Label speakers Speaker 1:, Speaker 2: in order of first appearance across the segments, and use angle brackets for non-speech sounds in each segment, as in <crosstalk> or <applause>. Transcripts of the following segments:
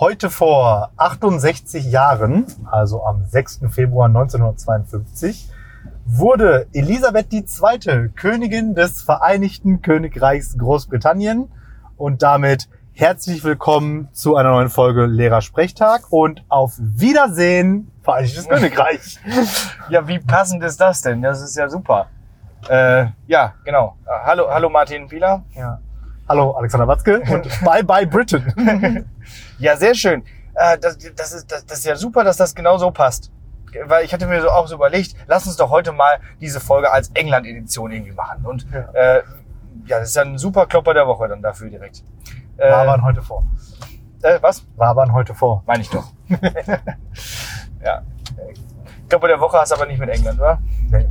Speaker 1: Heute vor 68 Jahren, also am 6. Februar 1952, wurde Elisabeth II. Königin des Vereinigten Königreichs Großbritannien und damit herzlich willkommen zu einer neuen Folge Lehrersprechtag und auf Wiedersehen,
Speaker 2: <laughs>
Speaker 1: Vereinigtes Königreich.
Speaker 2: Ja, wie passend ist das denn? Das ist ja super. Äh, ja, genau. Äh, Hallo, hallo Martin Pieler.
Speaker 1: Ja. Hallo Alexander Watzke
Speaker 2: <laughs>
Speaker 1: und bye bye Britain.
Speaker 2: Ja, sehr schön. Äh, das, das, ist, das, das ist ja super, dass das genau so passt. Weil ich hatte mir so auch so überlegt, lass uns doch heute mal diese Folge als England-Edition irgendwie machen. Und
Speaker 1: Ja.
Speaker 2: ja. Äh, ja, das ist ja ein super Klopper der Woche dann dafür direkt. Äh,
Speaker 1: Wabern heute vor.
Speaker 2: äh, was?
Speaker 1: Wabern heute vor.
Speaker 2: Meine ich doch. <laughs> ja. Klopper der Woche hast du aber nicht mit England, oder?
Speaker 1: Nee.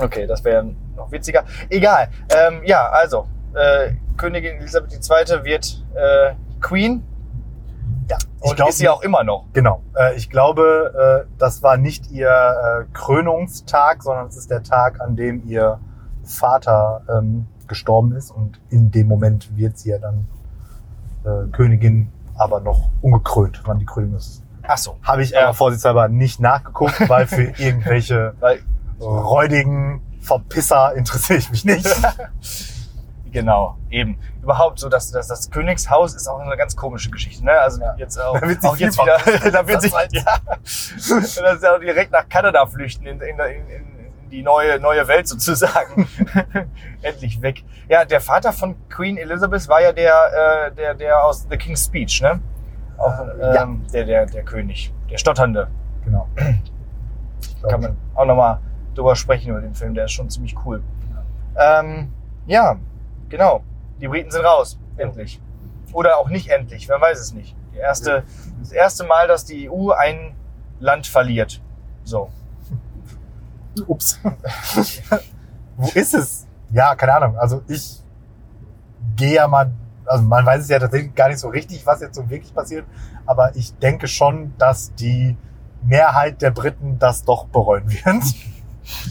Speaker 2: Okay, das wäre noch witziger. Egal. Ähm, ja, also, äh, Königin Elisabeth II. wird äh, Queen
Speaker 1: Ja,
Speaker 2: und ist sie auch immer noch.
Speaker 1: Genau. Äh, ich glaube, äh, das war nicht ihr äh, Krönungstag, sondern es ist der Tag, an dem ihr Vater ähm, gestorben ist. Und in dem Moment wird sie ja dann äh, Königin, aber noch ungekrönt, wann die Krönung ist.
Speaker 2: Ach so,
Speaker 1: Habe ich
Speaker 2: Ja.
Speaker 1: aber vorsichtshalber nicht nachgeguckt, weil für <laughs> irgendwelche
Speaker 2: weil,
Speaker 1: räudigen Verpisser interessiere ich mich nicht.
Speaker 2: <laughs> genau, eben. Überhaupt so, dass, dass das Königshaus ist auch eine ganz komische Geschichte. Ne? Also
Speaker 1: Ja.
Speaker 2: jetzt auch,
Speaker 1: Da wird sich
Speaker 2: auch jetzt
Speaker 1: viel
Speaker 2: wieder, <laughs> da wird
Speaker 1: Das
Speaker 2: sich
Speaker 1: heißt-
Speaker 2: ja, das ist ja auch direkt nach Kanada flüchten, in, in, in, in die neue, neue Welt sozusagen. <laughs> Endlich weg. Ja, der Vater von Queen Elizabeth war ja der, äh, der, der aus The King's Speech, ne? Auch,
Speaker 1: Äh, ja.
Speaker 2: ähm, der, der, der König, der Stotternde.
Speaker 1: Genau. Ich glaube
Speaker 2: kann man auch nochmal drüber sprechen über den Film, der ist schon ziemlich cool. Ähm, ja, genau. Die Briten sind raus, endlich. Oder auch nicht endlich, wer weiß es nicht. Die erste, das erste Mal, dass die EU ein Land verliert. So.
Speaker 1: schon. Ups. <laughs> Wo ist es? Ja, keine Ahnung. Also ich gehe ja mal, also man weiß es ja tatsächlich gar nicht so richtig, was jetzt so wirklich passiert, aber ich denke schon, dass die Mehrheit der Briten das doch bereuen wird.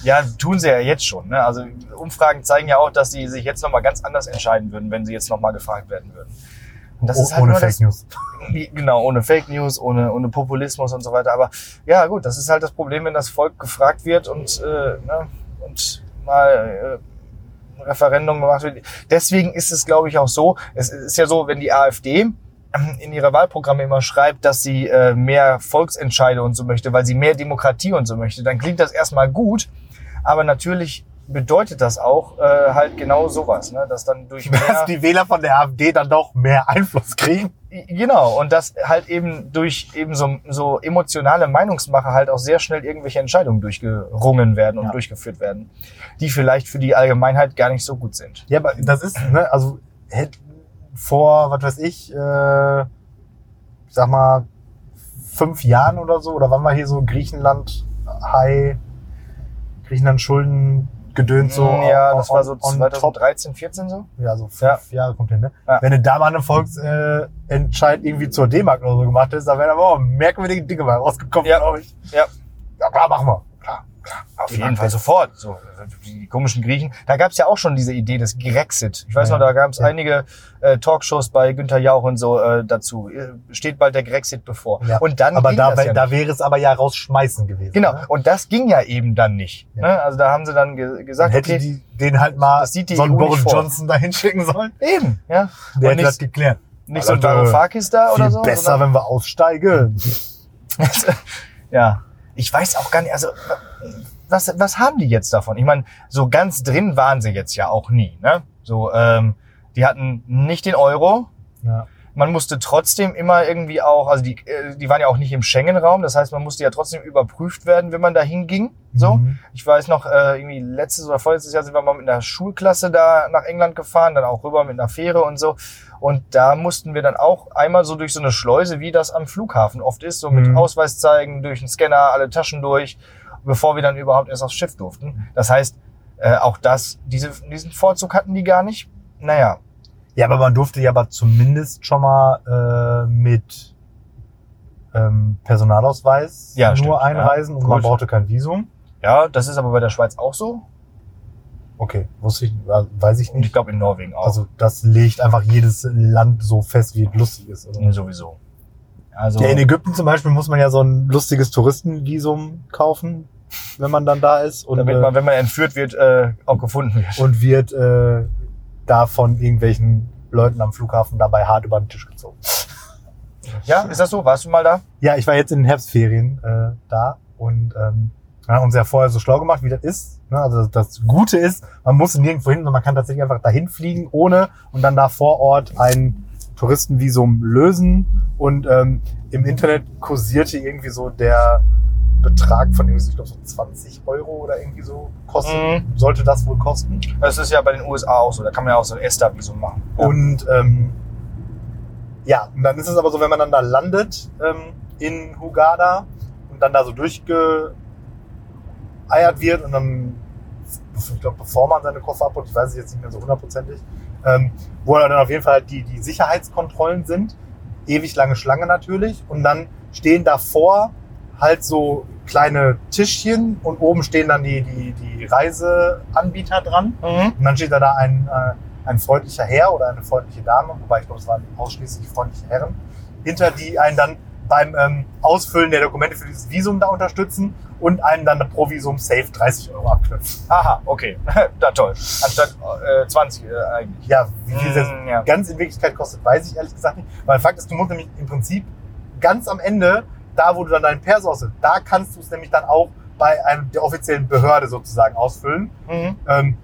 Speaker 2: Ja, tun sie ja jetzt schon. Ne? Also Umfragen zeigen ja auch, dass sie sich jetzt nochmal ganz anders entscheiden würden, wenn sie jetzt nochmal gefragt werden würden. Und das
Speaker 1: Oh-
Speaker 2: ist halt
Speaker 1: ohne
Speaker 2: nur
Speaker 1: Fake
Speaker 2: das-
Speaker 1: News. <laughs>
Speaker 2: Genau, ohne Fake News, ohne, ohne Populismus und so weiter. Aber ja, gut, das ist halt das Problem, wenn das Volk gefragt wird und, äh, ne, und mal äh, ein Referendum gemacht wird. Deswegen ist es, glaube ich, auch so. Es ist ja so, wenn die AfD ähm, in ihre Wahlprogramme immer schreibt, dass sie äh, mehr Volksentscheide und so möchte, weil sie mehr Demokratie und so möchte, dann klingt das erstmal gut. Aber natürlich bedeutet das auch äh, halt genau sowas, ne? dass dann durch mehr...
Speaker 1: Dass die Wähler von der AfD dann doch mehr Einfluss kriegen.
Speaker 2: Genau, und dass halt eben durch eben so, so emotionale Meinungsmache halt auch sehr schnell irgendwelche Entscheidungen durchgerungen werden und
Speaker 1: Ja.
Speaker 2: durchgeführt werden, die vielleicht für die Allgemeinheit gar nicht so gut sind.
Speaker 1: Ja, aber das ist, ne, also hätte vor, was weiß ich, äh, ich sag mal, fünf Jahren oder so, oder wann war hier so Griechenland High, Griechenland Schulden gedönt so?
Speaker 2: Mm, ja, das war so
Speaker 1: genau. on, on top.
Speaker 2: 2013, 14 so.
Speaker 1: Ja, so fünf Jahre kommt hin, ne?
Speaker 2: Ja.
Speaker 1: Wenn du da mal einen Volksentscheid äh, Entscheid irgendwie zur D-Mark oder so gemacht hättest, dann wären aber auch merkwürdige Dinge mal rausgekommen,
Speaker 2: Ja.
Speaker 1: glaube ich.
Speaker 2: Ja. halt
Speaker 1: Ja, klar, machen wir. Markt
Speaker 2: Auf jeden Fall
Speaker 1: ist-
Speaker 2: sofort. So, die komischen Griechen. Da gab es ja auch schon diese Idee des Grexit. Ich weiß
Speaker 1: Ja,
Speaker 2: noch, da gab es
Speaker 1: ja.
Speaker 2: einige äh, Talkshows bei Günther Jauch und so äh, dazu. Äh, Steht bald der Grexit bevor.
Speaker 1: Ja,
Speaker 2: Und dann
Speaker 1: aber
Speaker 2: ging
Speaker 1: da,
Speaker 2: das ja
Speaker 1: da wäre es aber ja rausschmeißen gewesen.
Speaker 2: Genau,
Speaker 1: Ne?
Speaker 2: und das ging ja eben dann nicht.
Speaker 1: Ja.
Speaker 2: Ne? Also da haben sie dann ge
Speaker 1: Dann
Speaker 2: gesagt,
Speaker 1: hätte
Speaker 2: okay,
Speaker 1: die den halt mal
Speaker 2: Das sieht die
Speaker 1: so einen
Speaker 2: EU nicht
Speaker 1: Boris
Speaker 2: vor.
Speaker 1: Johnson dahin schicken sollen.
Speaker 2: eben,
Speaker 1: Der
Speaker 2: ja. Und
Speaker 1: hätte
Speaker 2: nicht-
Speaker 1: das geklärt.
Speaker 2: Nicht so ein
Speaker 1: Leute,
Speaker 2: Varoufakis da
Speaker 1: Viel
Speaker 2: oder so.
Speaker 1: besser, wenn wir aussteigen.
Speaker 2: sondern- <laughs> ja. Ich weiß auch gar nicht, also was, was haben die jetzt davon? Ich meine, so ganz drin waren sie jetzt ja auch nie. Ne? So, ähm, die hatten nicht den Euro.
Speaker 1: Ja.
Speaker 2: Man musste trotzdem immer irgendwie auch, also die, äh, die waren ja auch nicht im Schengen-Raum, das heißt, man musste ja trotzdem überprüft werden, wenn man da hinging. So.
Speaker 1: Mhm.
Speaker 2: Ich weiß noch, äh, irgendwie letztes oder vorletztes Jahr sind wir mal mit einer Schulklasse da nach England gefahren, dann auch rüber mit einer Fähre und so. Und da mussten wir dann auch einmal so durch so eine Schleuse, wie das am Flughafen oft ist, so mit
Speaker 1: Mhm.
Speaker 2: Ausweis zeigen, durch den Scanner, alle Taschen durch, bevor wir dann überhaupt erst aufs Schiff durften. Das heißt, äh, auch das, diese, diesen Vorzug hatten die gar nicht. Naja,
Speaker 1: ja, aber man durfte ja aber zumindest schon mal äh, mit ähm, Personalausweis
Speaker 2: Ja,
Speaker 1: nur
Speaker 2: stimmt. Ja,
Speaker 1: einreisen und man
Speaker 2: gut.
Speaker 1: brauchte kein Visum.
Speaker 2: ja, das ist aber bei der Schweiz auch so.
Speaker 1: Okay, wusste ich, ja, weiß ich
Speaker 2: Und ich
Speaker 1: nicht.
Speaker 2: glaube in Norwegen auch.
Speaker 1: Also das legt einfach jedes Land so fest, wie es lustig ist. Oder?
Speaker 2: Sowieso. Also,
Speaker 1: Ja, in Ägypten zum Beispiel muss man ja so ein lustiges Touristenvisum kaufen, wenn man dann da ist und,
Speaker 2: damit
Speaker 1: äh,
Speaker 2: man, wenn man entführt wird, äh, auch gefunden wird.
Speaker 1: und wird äh, da von irgendwelchen Leuten am Flughafen dabei hart über den Tisch gezogen.
Speaker 2: Ja, ist das so? Warst du mal da?
Speaker 1: Ja, ich war jetzt in den Herbstferien äh, da und ähm, haben uns ja vorher so schlau gemacht, wie das ist. Ne? Also das Gute ist, man muss nirgendwo hin, sondern man kann tatsächlich einfach dahin fliegen ohne und dann da vor Ort ein Touristenvisum lösen. Und ähm, im Internet kursierte irgendwie so der Betrag von irgendwie, so, ich glaube, so 20 Euro oder irgendwie so kosten.
Speaker 2: Mhm.
Speaker 1: Sollte das wohl kosten.
Speaker 2: Das ist ja bei den USA auch so. Da kann man ja auch so ein ESTA-Visum machen. Ja.
Speaker 1: Mhm. Und ähm, ja, und dann ist es aber so, wenn man dann da landet ähm, in Hugada und dann da so durchgeeiert wird und dann, ich glaube, bevor man seine Koffer abholt, ich weiß es jetzt nicht mehr so hundertprozentig, ähm, wo dann auf jeden Fall halt die, die Sicherheitskontrollen sind, ewig lange Schlange natürlich und dann stehen davor halt so kleine Tischchen und oben stehen dann die, die, die Reiseanbieter dran
Speaker 2: Mhm.
Speaker 1: und dann steht da, da ein, äh, ein freundlicher Herr oder eine freundliche Dame, wobei ich glaube, es waren ausschließlich freundliche Herren, hinter die einen dann beim ähm, Ausfüllen der Dokumente für dieses Visum da unterstützen und einem dann pro Visum safe 30 Euro abknüpfen.
Speaker 2: Aha, okay. <laughs> Na toll. Anstatt äh, 20 äh, eigentlich.
Speaker 1: Ja, wie viel das
Speaker 2: Mm, ja.
Speaker 1: ganz in Wirklichkeit kostet, weiß ich ehrlich gesagt nicht. Weil Fakt ist, du musst nämlich im Prinzip ganz am Ende, da wo du dann deinen Perso ausfüllst, da kannst du es nämlich dann auch bei einem, der offiziellen Behörde sozusagen ausfüllen.
Speaker 2: Mhm.
Speaker 1: Ähm,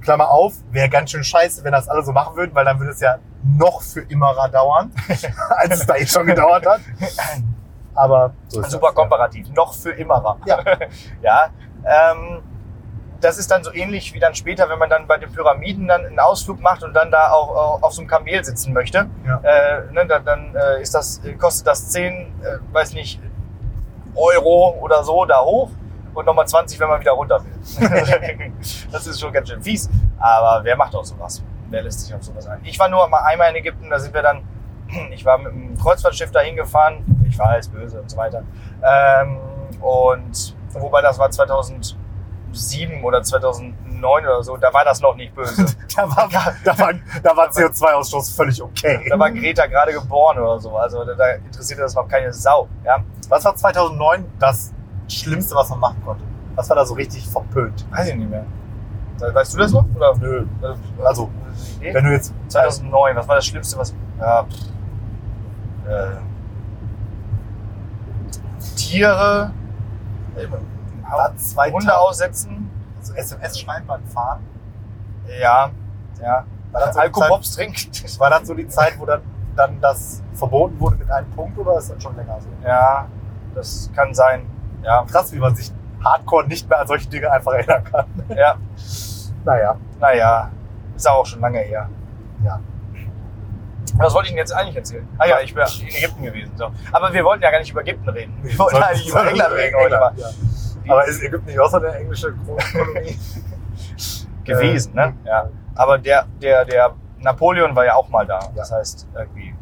Speaker 1: Klammer auf, wäre ganz schön scheiße, wenn das alle so machen würden, weil dann würde es ja noch für immerer
Speaker 2: <laughs>
Speaker 1: dauern, <laughs> als es da eh schon gedauert hat. Aber so ist
Speaker 2: Super
Speaker 1: das, ja.
Speaker 2: komparativ. Noch für immerer.
Speaker 1: Ja.
Speaker 2: <laughs> ja. Ähm, das ist dann so ähnlich wie dann später, wenn man dann bei den Pyramiden dann einen Ausflug macht und dann da auch, auch äh, auf so einem Kamel sitzen möchte.
Speaker 1: Ja.
Speaker 2: Äh, ne, dann dann äh, ist das, äh, kostet das 10, äh, weiß nicht, Euro oder so da hoch und nochmal 20, wenn man wieder runter will. <laughs> das ist schon ganz schön fies. Aber wer macht auch sowas? Wer lässt sich auf sowas ein? Ich war nur mal einmal in Ägypten, da sind wir dann, <clears throat> ich war mit einem Kreuzfahrtschiff da hingefahren, ich war alles böse und so weiter. Ähm, und wobei das war 2007 oder 2009 oder so, da war das noch nicht böse.
Speaker 1: Da war, da war, da war CO2-Ausstoß völlig okay.
Speaker 2: Da war Greta gerade geboren oder so, also da, da interessierte das noch keine Sau. Ja?
Speaker 1: Was war 2009 das Schlimmste, was man machen konnte? Was war da so richtig verpönt?
Speaker 2: Weiß ich nicht mehr. Weißt du das noch? Oder?
Speaker 1: Nö.
Speaker 2: Äh,
Speaker 1: Also,
Speaker 2: Nee?
Speaker 1: wenn du jetzt
Speaker 2: 2009, was war das Schlimmste, was. Ja, pff, äh, Tiere, äh,
Speaker 1: da zwei
Speaker 2: Hunde aussetzen,
Speaker 1: so SMS schreiben beim Fahren,
Speaker 2: ja, ja.
Speaker 1: war das, so die Zeit,
Speaker 2: Alkopops trinken. <laughs>
Speaker 1: war das so die Zeit, wo dann, dann das verboten wurde mit einem Punkt oder ist das schon länger so?
Speaker 2: Ja, das kann sein. Ja,
Speaker 1: krass, wie man sich hardcore nicht mehr an solche Dinge einfach erinnern kann.
Speaker 2: ja,
Speaker 1: Naja,
Speaker 2: naja, ist auch schon lange her.
Speaker 1: Ja.
Speaker 2: Was wollte ich denn jetzt eigentlich erzählen? Ah ja, ich bin in Ägypten gewesen. So. Aber wir wollten ja gar nicht über Ägypten reden. Wir wollten eigentlich über England reden heute mal.
Speaker 1: Ja. Aber ist Ägypten nicht außer der englische <laughs> Kolonie?
Speaker 2: gewesen,
Speaker 1: Äh,
Speaker 2: ne? Ja. Aber der, der, der Napoleon war ja auch mal da. Das heißt, irgendwie.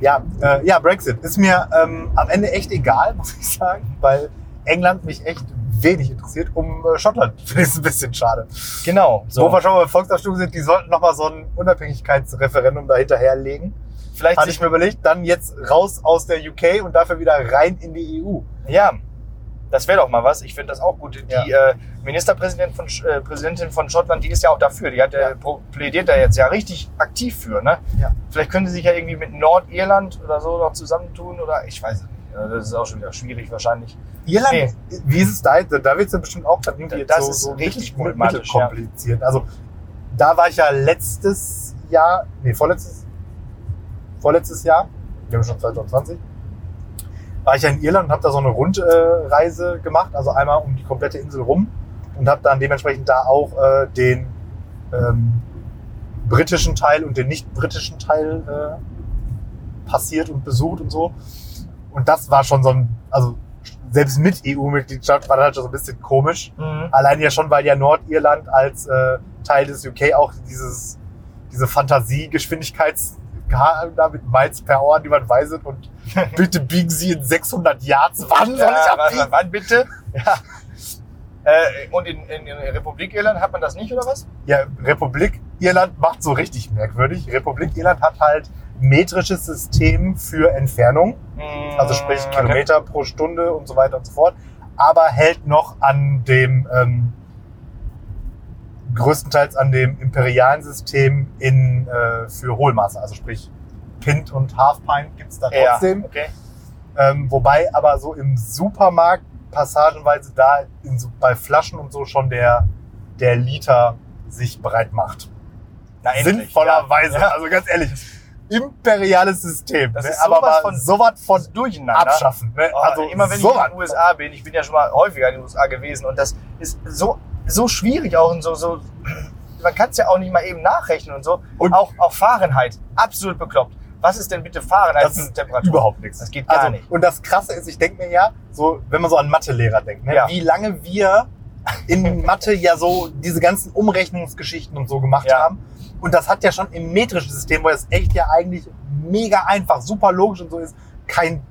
Speaker 1: ja, äh, ja, Brexit ist mir ähm, am Ende echt egal, <laughs> muss ich sagen, weil England mich echt wenig interessiert. Um äh, Schottland <laughs> finde ich es ein bisschen schade.
Speaker 2: Genau.
Speaker 1: Wo wir schon mal bei Volksabstimmung sind, die sollten nochmal so ein Unabhängigkeitsreferendum da hinterherlegen.
Speaker 2: vielleicht
Speaker 1: Hatte
Speaker 2: sich,
Speaker 1: ich mir überlegt, dann jetzt raus aus der UK und dafür wieder rein in die E EU.
Speaker 2: ja, das wäre doch mal was. Ich finde das auch gut. Die
Speaker 1: Ja.
Speaker 2: äh, Ministerpräsidentin von, Sch- äh, Präsidentin von Schottland, die ist ja auch dafür. Die hat, äh,
Speaker 1: Ja.
Speaker 2: pro- plädiert da jetzt ja richtig aktiv für, ne?
Speaker 1: Ja.
Speaker 2: Vielleicht können sie sich ja irgendwie mit Nordirland oder so noch zusammentun oder ich weiß es nicht. Ja, Das ist auch schon wieder schwierig wahrscheinlich.
Speaker 1: Irland, wie ist es da? jetzt? Da wird es ja bestimmt auch dann irgendwie jetzt
Speaker 2: Das
Speaker 1: so,
Speaker 2: ist
Speaker 1: so
Speaker 2: richtig
Speaker 1: mittel-
Speaker 2: problematisch,
Speaker 1: mittelkompliziert. Also da war ich ja letztes Jahr, nee, vorletztes, vorletztes Jahr, wir haben schon 2020, war ich ja in Irland und habe da so eine Rundreise äh, gemacht, also einmal um die komplette Insel rum und habe dann dementsprechend da auch äh, den ähm, britischen Teil und den nicht britischen Teil äh, passiert und besucht und so. Und das war schon so ein, also selbst mit EU-Mitgliedschaft war das halt schon so ein bisschen komisch.
Speaker 2: Äh,
Speaker 1: Allein ja schon, weil ja Nordirland als äh, Teil des UK auch dieses, diese Fantasiegeschwindigkeits da mit Miles per Hour, die man weiset und bitte biegen Sie in 600 Yards. Wann soll ich
Speaker 2: Ja,
Speaker 1: abbiegen?
Speaker 2: wann,
Speaker 1: <laughs>
Speaker 2: wann bitte? Ja. Äh, und in, in, in der Republik Irland hat man das nicht, oder was?
Speaker 1: Ja, Republik Irland macht so richtig merkwürdig. Republik Irland hat halt metrisches System für Entfernung.
Speaker 2: Mhm.
Speaker 1: also sprich
Speaker 2: Okay.
Speaker 1: Kilometer pro Stunde und so weiter und so fort, aber hält noch an dem ähm, größtenteils an dem imperialen System in, äh, für Hohlmaße, also sprich Pint und Halfpint gibt's da
Speaker 2: Ja,
Speaker 1: trotzdem.
Speaker 2: okay.
Speaker 1: Ähm, wobei aber so im Supermarkt passagenweise da in, so- bei Flaschen und so schon der, der Liter sich breit macht.
Speaker 2: Na, endlich,
Speaker 1: Sinnvollerweise,
Speaker 2: ja.
Speaker 1: also ganz ehrlich. Imperiales System.
Speaker 2: Das
Speaker 1: ne?
Speaker 2: ist
Speaker 1: aber
Speaker 2: sowas
Speaker 1: mal
Speaker 2: von-
Speaker 1: sowas von
Speaker 2: Durcheinander.
Speaker 1: abschaffen. Ne?
Speaker 2: Oh, also immer wenn ich in
Speaker 1: sowas.
Speaker 2: den USA bin, ich bin ja schon mal häufiger in den USA gewesen und das ist so, so schwierig auch und so, so man kann es ja auch nicht mal eben nachrechnen und so.
Speaker 1: Und-
Speaker 2: Und auch, auch Fahrenheit, absolut bekloppt. Was ist denn bitte Fahrenheit
Speaker 1: Das ist
Speaker 2: Temperatur?
Speaker 1: überhaupt nichts.
Speaker 2: Das geht gar
Speaker 1: also,
Speaker 2: nicht.
Speaker 1: Und das Krasse ist, ich denke mir ja, so, wenn man so an Mathelehrer denkt, ne?
Speaker 2: Ja.
Speaker 1: wie lange wir in Mathe ja so diese ganzen Umrechnungsgeschichten und so gemacht
Speaker 2: Ja.
Speaker 1: haben. Und das hat ja schon im metrischen System, wo das echt ja eigentlich mega einfach, super logisch und so ist, kein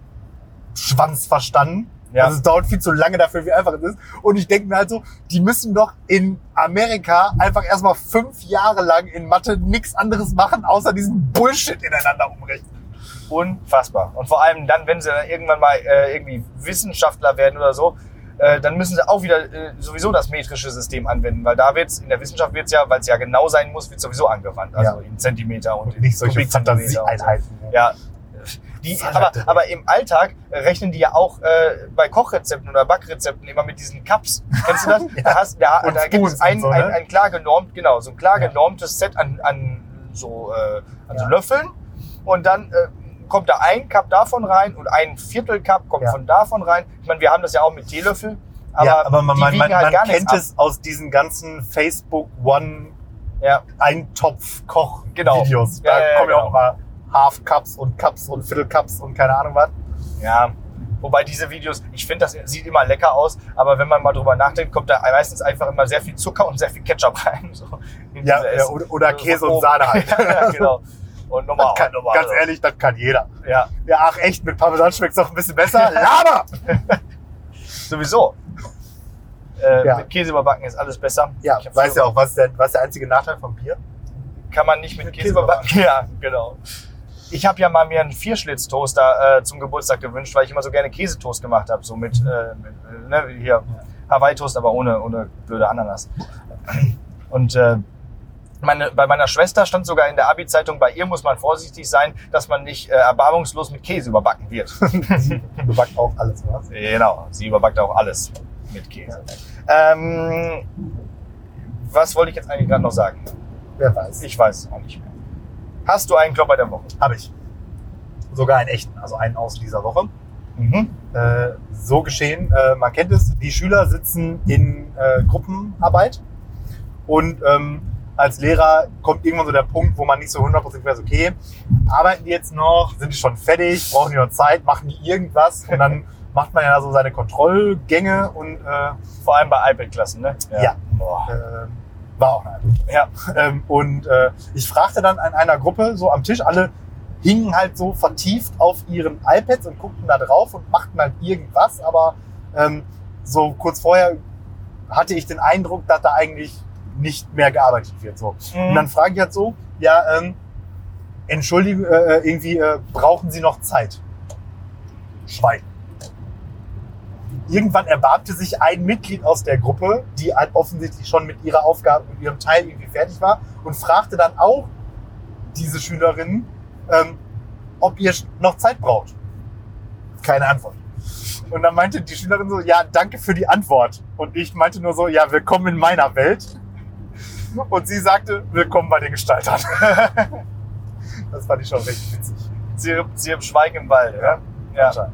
Speaker 1: Schwanz verstanden.
Speaker 2: Ja.
Speaker 1: Also es dauert viel zu lange dafür, wie einfach es ist. Und ich denke mir halt so, die müssen doch in Amerika einfach erstmal fünf Jahre lang in Mathe nichts anderes machen, außer diesen Bullshit ineinander umrechnen.
Speaker 2: Unfassbar. Und vor allem dann, wenn sie dann irgendwann mal äh, irgendwie Wissenschaftler werden oder so, äh, dann müssen sie auch wieder äh, sowieso das metrische System anwenden, weil da wird's in der Wissenschaft wird's ja, weil es ja genau sein muss, wird sowieso angewandt, also in Zentimeter und,
Speaker 1: Und nicht solche
Speaker 2: in Kubikzentimeter und so.
Speaker 1: Fantasieeinheiten. ne?
Speaker 2: Ja. Die, aber, aber im Alltag rechnen die ja auch äh, bei Kochrezepten oder Backrezepten immer mit diesen Cups. Kennst
Speaker 1: <laughs>
Speaker 2: du das? Da, hast, da,
Speaker 1: Und
Speaker 2: da gibt
Speaker 1: Spoons
Speaker 2: es ein,
Speaker 1: und so, ne?
Speaker 2: ein, ein klar genormt, genau, so ein klar genormtes Set an, an, so, äh, an so
Speaker 1: Ja.
Speaker 2: Löffeln. Und dann äh, kommt da ein Cup davon rein und ein Viertel Cup kommt
Speaker 1: Ja.
Speaker 2: von davon rein. Ich meine, wir haben das ja auch mit Teelöffel. Aber,
Speaker 1: ja, aber man,
Speaker 2: die
Speaker 1: man,
Speaker 2: wiegen
Speaker 1: man,
Speaker 2: halt
Speaker 1: man
Speaker 2: gar nichts
Speaker 1: kennt
Speaker 2: ab.
Speaker 1: es aus diesen ganzen Facebook One
Speaker 2: Ja. Genau.
Speaker 1: Eintopf-Koch-Videos. Da
Speaker 2: Ja, ja, ja,
Speaker 1: kommen ja
Speaker 2: genau.
Speaker 1: auch mal Half Cups und Cups und Viertel Cups und keine Ahnung was.
Speaker 2: Ja, wobei diese Videos, ich finde, das sieht immer lecker aus, aber wenn man mal drüber nachdenkt, kommt da meistens einfach immer sehr viel Zucker und sehr viel Ketchup <laughs> rein. So, in
Speaker 1: Ja, ja,
Speaker 2: diese Essen.
Speaker 1: oder, oder
Speaker 2: Also
Speaker 1: Käse
Speaker 2: von
Speaker 1: und
Speaker 2: oben.
Speaker 1: Sahne halt.
Speaker 2: <laughs> ja, genau.
Speaker 1: <laughs>
Speaker 2: Und nochmal,
Speaker 1: Kann,
Speaker 2: nochmal. also,
Speaker 1: ganz ehrlich, das kann jeder.
Speaker 2: Ja,
Speaker 1: Ja, ach echt, mit Parmesan schmeckt's doch ein bisschen besser. Laber!
Speaker 2: sowieso. Äh,
Speaker 1: Ja.
Speaker 2: Mit Käse überbacken ist alles besser.
Speaker 1: Ja,
Speaker 2: Ich hab
Speaker 1: weißt
Speaker 2: früher-
Speaker 1: ja auch, was ist der, was ist der einzige Nachteil von
Speaker 2: <laughs>
Speaker 1: Bier?
Speaker 2: Kann man nicht mit, Käse überbacken. <laughs> Ja, genau. Ich habe ja mal mir einen Vierschlitztoaster äh, zum Geburtstag gewünscht, weil ich immer so gerne Käsetoast gemacht habe. So mit, äh, mit äh, ne, hier Hawaii-Toast, aber ohne, ohne blöde Ananas. Und äh, meine, bei meiner Schwester stand sogar in der Abi-Zeitung, bei ihr muss man vorsichtig sein, dass man nicht äh, erbarmungslos mit Käse überbacken <laughs> wird.
Speaker 1: Gebackt auch alles, oder?
Speaker 2: Genau, sie überbackt auch alles mit Käse. Ähm, was wollte ich jetzt eigentlich gerade noch sagen?
Speaker 1: Wer weiß.
Speaker 2: Ich weiß es auch nicht mehr. Hast du einen Klopper der Woche?
Speaker 1: Habe ich. Sogar einen echten, also einen aus dieser Woche. Äh, so geschehen. Äh, man kennt es, die Schüler sitzen in äh, Gruppenarbeit und ähm, als Lehrer kommt irgendwann so der Punkt, wo man nicht so 100% weiß, okay, arbeiten die jetzt noch, sind die schon fertig, brauchen die noch Zeit, machen die irgendwas und dann macht man ja so seine Kontrollgänge und äh,
Speaker 2: Vor allem bei iPad-Klassen, ne?
Speaker 1: Ja.
Speaker 2: Boah.
Speaker 1: ähm, war auch eine Eindruck.
Speaker 2: Ja.
Speaker 1: <laughs> Ähm, und äh, ich fragte dann an einer Gruppe so am Tisch, alle hingen halt so vertieft auf ihren iPads und guckten da drauf und machten halt irgendwas, aber ähm, so kurz vorher hatte ich den Eindruck, dass da eigentlich nicht mehr gearbeitet wird. So. Und dann frage ich halt so, ja, ähm, entschuldige, äh, irgendwie, äh, brauchen Sie noch Zeit? Schweigen. Irgendwann erbarmte sich ein Mitglied aus der Gruppe, die halt offensichtlich schon mit ihrer Aufgabe, mit ihrem Teil irgendwie fertig war, und fragte dann auch diese Schülerinnen, ähm, ob ihr noch Zeit braucht. Keine Antwort. Und dann meinte die Schülerin so, ja, danke für die Antwort. Und ich meinte nur so, ja, willkommen in meiner Welt. Und sie sagte, willkommen bei den Gestaltern. <laughs> das fand ich schon recht witzig.
Speaker 2: Sie, sie im Schweigen im Wald, ja? Ja.
Speaker 1: Anscheinend.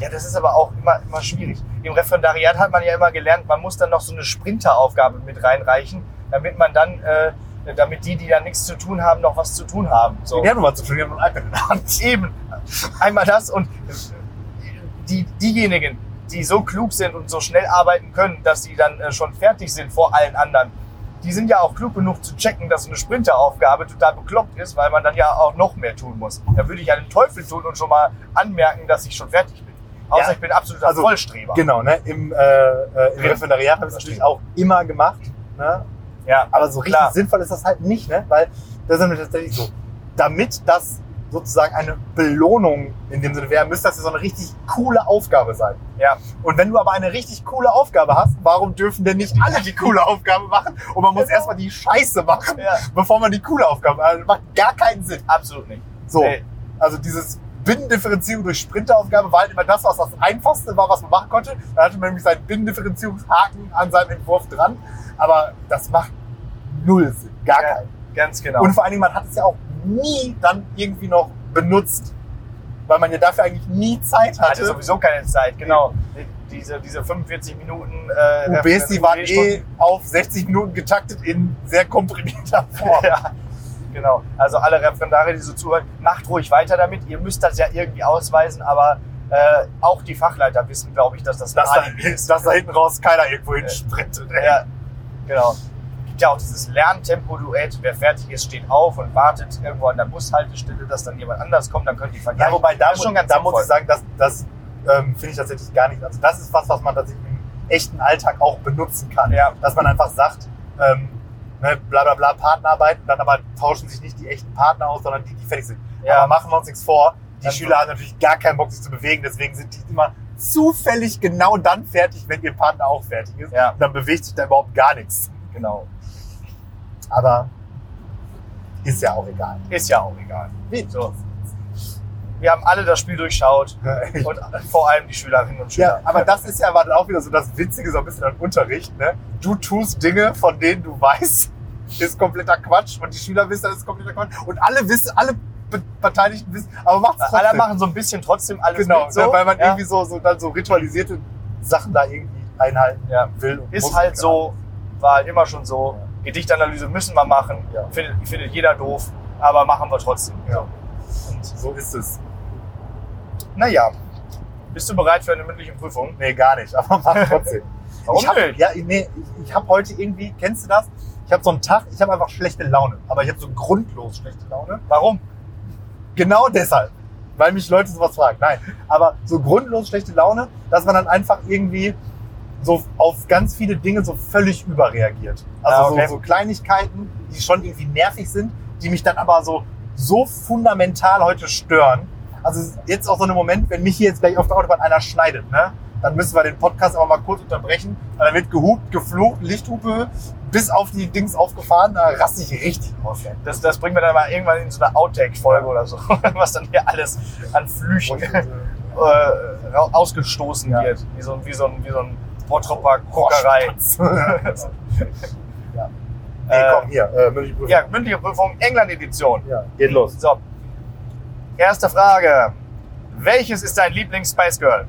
Speaker 2: ja, das ist aber auch immer, immer schwierig. Im Referendariat hat man ja immer gelernt, man muss dann noch so eine Sprinteraufgabe mit reinreichen, damit man dann, äh, damit die, die da nichts zu tun haben, noch was zu tun haben. So.
Speaker 1: Die haben nochmal zu tun, die haben ein iPad in der Hand.
Speaker 2: Eben. Einmal das und die, diejenigen, die so klug sind und so schnell arbeiten können, dass sie dann äh, schon fertig sind vor allen anderen, die sind ja auch klug genug zu checken, dass eine Sprinteraufgabe total bekloppt ist, weil man dann ja auch noch mehr tun muss. Da würde ich ja den Teufel tun und schon mal anmerken, dass ich schon fertig bin. Außer
Speaker 1: Ja.
Speaker 2: ich bin absoluter
Speaker 1: Also,
Speaker 2: Vollstreber.
Speaker 1: Genau, ne? Im, äh, äh, im
Speaker 2: Ja.
Speaker 1: Referendariat habe ich es natürlich auch immer gemacht. Ne?
Speaker 2: Ja,
Speaker 1: Aber so richtig
Speaker 2: Klar.
Speaker 1: sinnvoll ist das halt nicht, ne? Weil das ist nämlich tatsächlich so. Damit das sozusagen eine Belohnung in dem Sinne wäre, müsste das ja so eine richtig coole Aufgabe sein.
Speaker 2: Ja.
Speaker 1: Und wenn du aber eine richtig coole Aufgabe hast, warum dürfen denn nicht alle die coole Aufgabe machen? Und man muss
Speaker 2: Genau.
Speaker 1: erstmal die Scheiße machen,
Speaker 2: Ja.
Speaker 1: bevor man die coole Aufgabe also, macht. Das macht gar keinen Sinn.
Speaker 2: Absolut nicht.
Speaker 1: So,
Speaker 2: Nee.
Speaker 1: also dieses Binnendifferenzierung durch Sprinteraufgabe war halt immer das, was das einfachste war, was man machen konnte. Da hatte man nämlich seinen Binnendifferenzierungshaken an seinem Entwurf dran. Aber das macht null Sinn. Gar
Speaker 2: Ja,
Speaker 1: keinen.
Speaker 2: Ganz genau.
Speaker 1: Und vor allen Dingen, man hat es ja auch nie dann irgendwie noch benutzt, weil man ja dafür eigentlich nie Zeit
Speaker 2: hatte
Speaker 1: hatte.
Speaker 2: sowieso keine Zeit, genau. Diese, diese 45 Minuten. Äh,
Speaker 1: UBs, die waren
Speaker 2: Stunden.
Speaker 1: eh auf 60 Minuten getaktet in sehr
Speaker 2: <laughs>
Speaker 1: komprimierter Form.
Speaker 2: Ja, genau. Also alle Referendare, die so zuhören, macht ruhig weiter damit. Ihr müsst das ja irgendwie ausweisen, aber äh, auch die Fachleiter wissen, glaube ich, dass das
Speaker 1: Dass, da,
Speaker 2: ein Alibi ist.
Speaker 1: dass da hinten raus keiner irgendwo
Speaker 2: Ja.
Speaker 1: hinsprintet.
Speaker 2: <laughs> Ja, genau. Gibt ja auch dieses Lerntempo-Duett. Wer fertig ist, steht auf und wartet irgendwo an der Bushaltestelle, dass dann jemand anders kommt. Dann könnt ihr vergleichen.
Speaker 1: Ja, wobei da,
Speaker 2: Das ist
Speaker 1: muss-
Speaker 2: schon ganz
Speaker 1: da muss
Speaker 2: sinnvoll.
Speaker 1: ich sagen, das, das ähm, finde ich tatsächlich gar nicht. Also das ist was, was man tatsächlich im echten Alltag auch benutzen kann.
Speaker 2: Ja.
Speaker 1: Dass man einfach sagt, ähm, ne, bla bla bla Partnerarbeit, und dann aber tauschen sich nicht die echten Partner aus, sondern die, die fertig sind.
Speaker 2: Ja.
Speaker 1: Aber machen wir uns nichts vor, die
Speaker 2: Ganz genau.
Speaker 1: Schüler haben natürlich gar keinen Bock, sich zu bewegen, deswegen sind die immer zufällig genau dann fertig, wenn ihr Partner auch fertig ist.
Speaker 2: Ja.
Speaker 1: Und dann bewegt sich da überhaupt gar nichts.
Speaker 2: genau.
Speaker 1: Aber ist ja auch
Speaker 2: <laughs>
Speaker 1: egal.
Speaker 2: Ist ja auch egal. So. Wir haben alle das Spiel durchschaut. Und vor allem die Schülerinnen und
Speaker 1: Ja,
Speaker 2: Schüler.
Speaker 1: aber das ist ja aber auch wieder so das Witzige, so ein bisschen an Unterricht. Ne? Du tust Dinge, von denen du weißt, ist kompletter Quatsch und die Schüler wissen, das ist kompletter Quatsch und alle wissen, alle Be- Beteiligten wissen, aber macht's trotzdem.
Speaker 2: alle machen so ein bisschen trotzdem alles
Speaker 1: genau,
Speaker 2: mit so.
Speaker 1: ne? weil man
Speaker 2: ja.
Speaker 1: irgendwie so, so dann so ritualisierte Sachen da irgendwie einhalten
Speaker 2: Ja.
Speaker 1: will. Und
Speaker 2: ist
Speaker 1: muss.
Speaker 2: halt so, war halt immer schon so. Gedichtanalyse müssen wir machen,
Speaker 1: Ja.
Speaker 2: findet, findet jeder doof, aber machen wir trotzdem.
Speaker 1: Ja.
Speaker 2: Und
Speaker 1: So ist es.
Speaker 2: naja, bist du bereit für eine mündliche Prüfung?
Speaker 1: Nee, gar nicht, <laughs> aber mach trotzdem.
Speaker 2: Warum
Speaker 1: ich hab,
Speaker 2: nicht?
Speaker 1: Ja, nee, ich- ich habe heute irgendwie, kennst du das? Ich habe so einen Tag, ich habe einfach schlechte Laune, aber ich habe so grundlos schlechte Laune.
Speaker 2: Warum?
Speaker 1: Genau deshalb. Weil mich Leute sowas fragen. Nein. Aber so grundlos schlechte Laune, dass man dann einfach irgendwie so auf ganz viele Dinge so völlig überreagiert. Also
Speaker 2: Ah, okay.
Speaker 1: so, so Kleinigkeiten, die schon irgendwie nervig sind, die mich dann aber so, so fundamental heute stören. Also es ist jetzt auch so ein Moment, wenn mich hier jetzt gleich auf der Autobahn einer schneidet, ne? Dann müssen wir den Podcast aber mal kurz unterbrechen. Weil Dann wird gehupt, geflucht, Lichthupe, bis auf die Dings aufgefahren. Da raste ich richtig aus. ey.
Speaker 2: Das, das bringen wir dann mal irgendwann in so eine Outtake-Folge oder so, <laughs> was dann hier alles an Flüchen
Speaker 1: Und,
Speaker 2: äh,
Speaker 1: äh,
Speaker 2: ra- ausgestoßen
Speaker 1: Ja. Oh,
Speaker 2: wird. Wie so, ein- wie so ein, wie so ein Bottropper-Kokerei.
Speaker 1: <laughs>
Speaker 2: <laughs>
Speaker 1: Nee,
Speaker 2: Äh,
Speaker 1: komm, hier, äh, mündliche Prüfung.
Speaker 2: Ja, mündliche Prüfung, England-Edition.
Speaker 1: Ja, geht los.
Speaker 2: So. Erste Frage. Welches ist dein Lieblings-Spice Girl?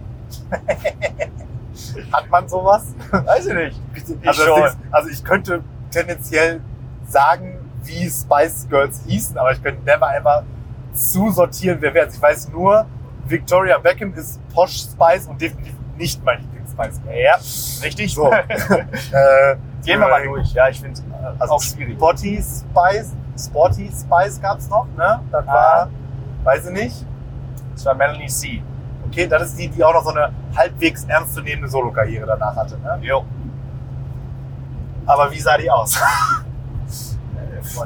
Speaker 1: Hat man sowas?
Speaker 2: Weiß ich nicht.
Speaker 1: also,
Speaker 2: schon.
Speaker 1: das Ding ist, also ich könnte tendenziell sagen, wie Spice Girls hießen, aber ich könnte never ever zusortieren, wer wer ist. Ich weiß nur, Victoria Beckham ist Posh Spice und definitiv nicht mein Lieblings-Spice Girl.
Speaker 2: Ja, richtig.
Speaker 1: So. äh,
Speaker 2: Gehen wir mal durch. Ja, ich finde es
Speaker 1: Also
Speaker 2: auch schwierig.
Speaker 1: Spotty Spice, Sporty Spice gab's noch, ne? Das war, weiß ich nicht.
Speaker 2: Das war Melanie C.
Speaker 1: Okay, das ist die, die auch noch so eine halbwegs ernstzunehmende Solokarriere danach hatte, ne?
Speaker 2: Jo.
Speaker 1: Aber wie sah die aus?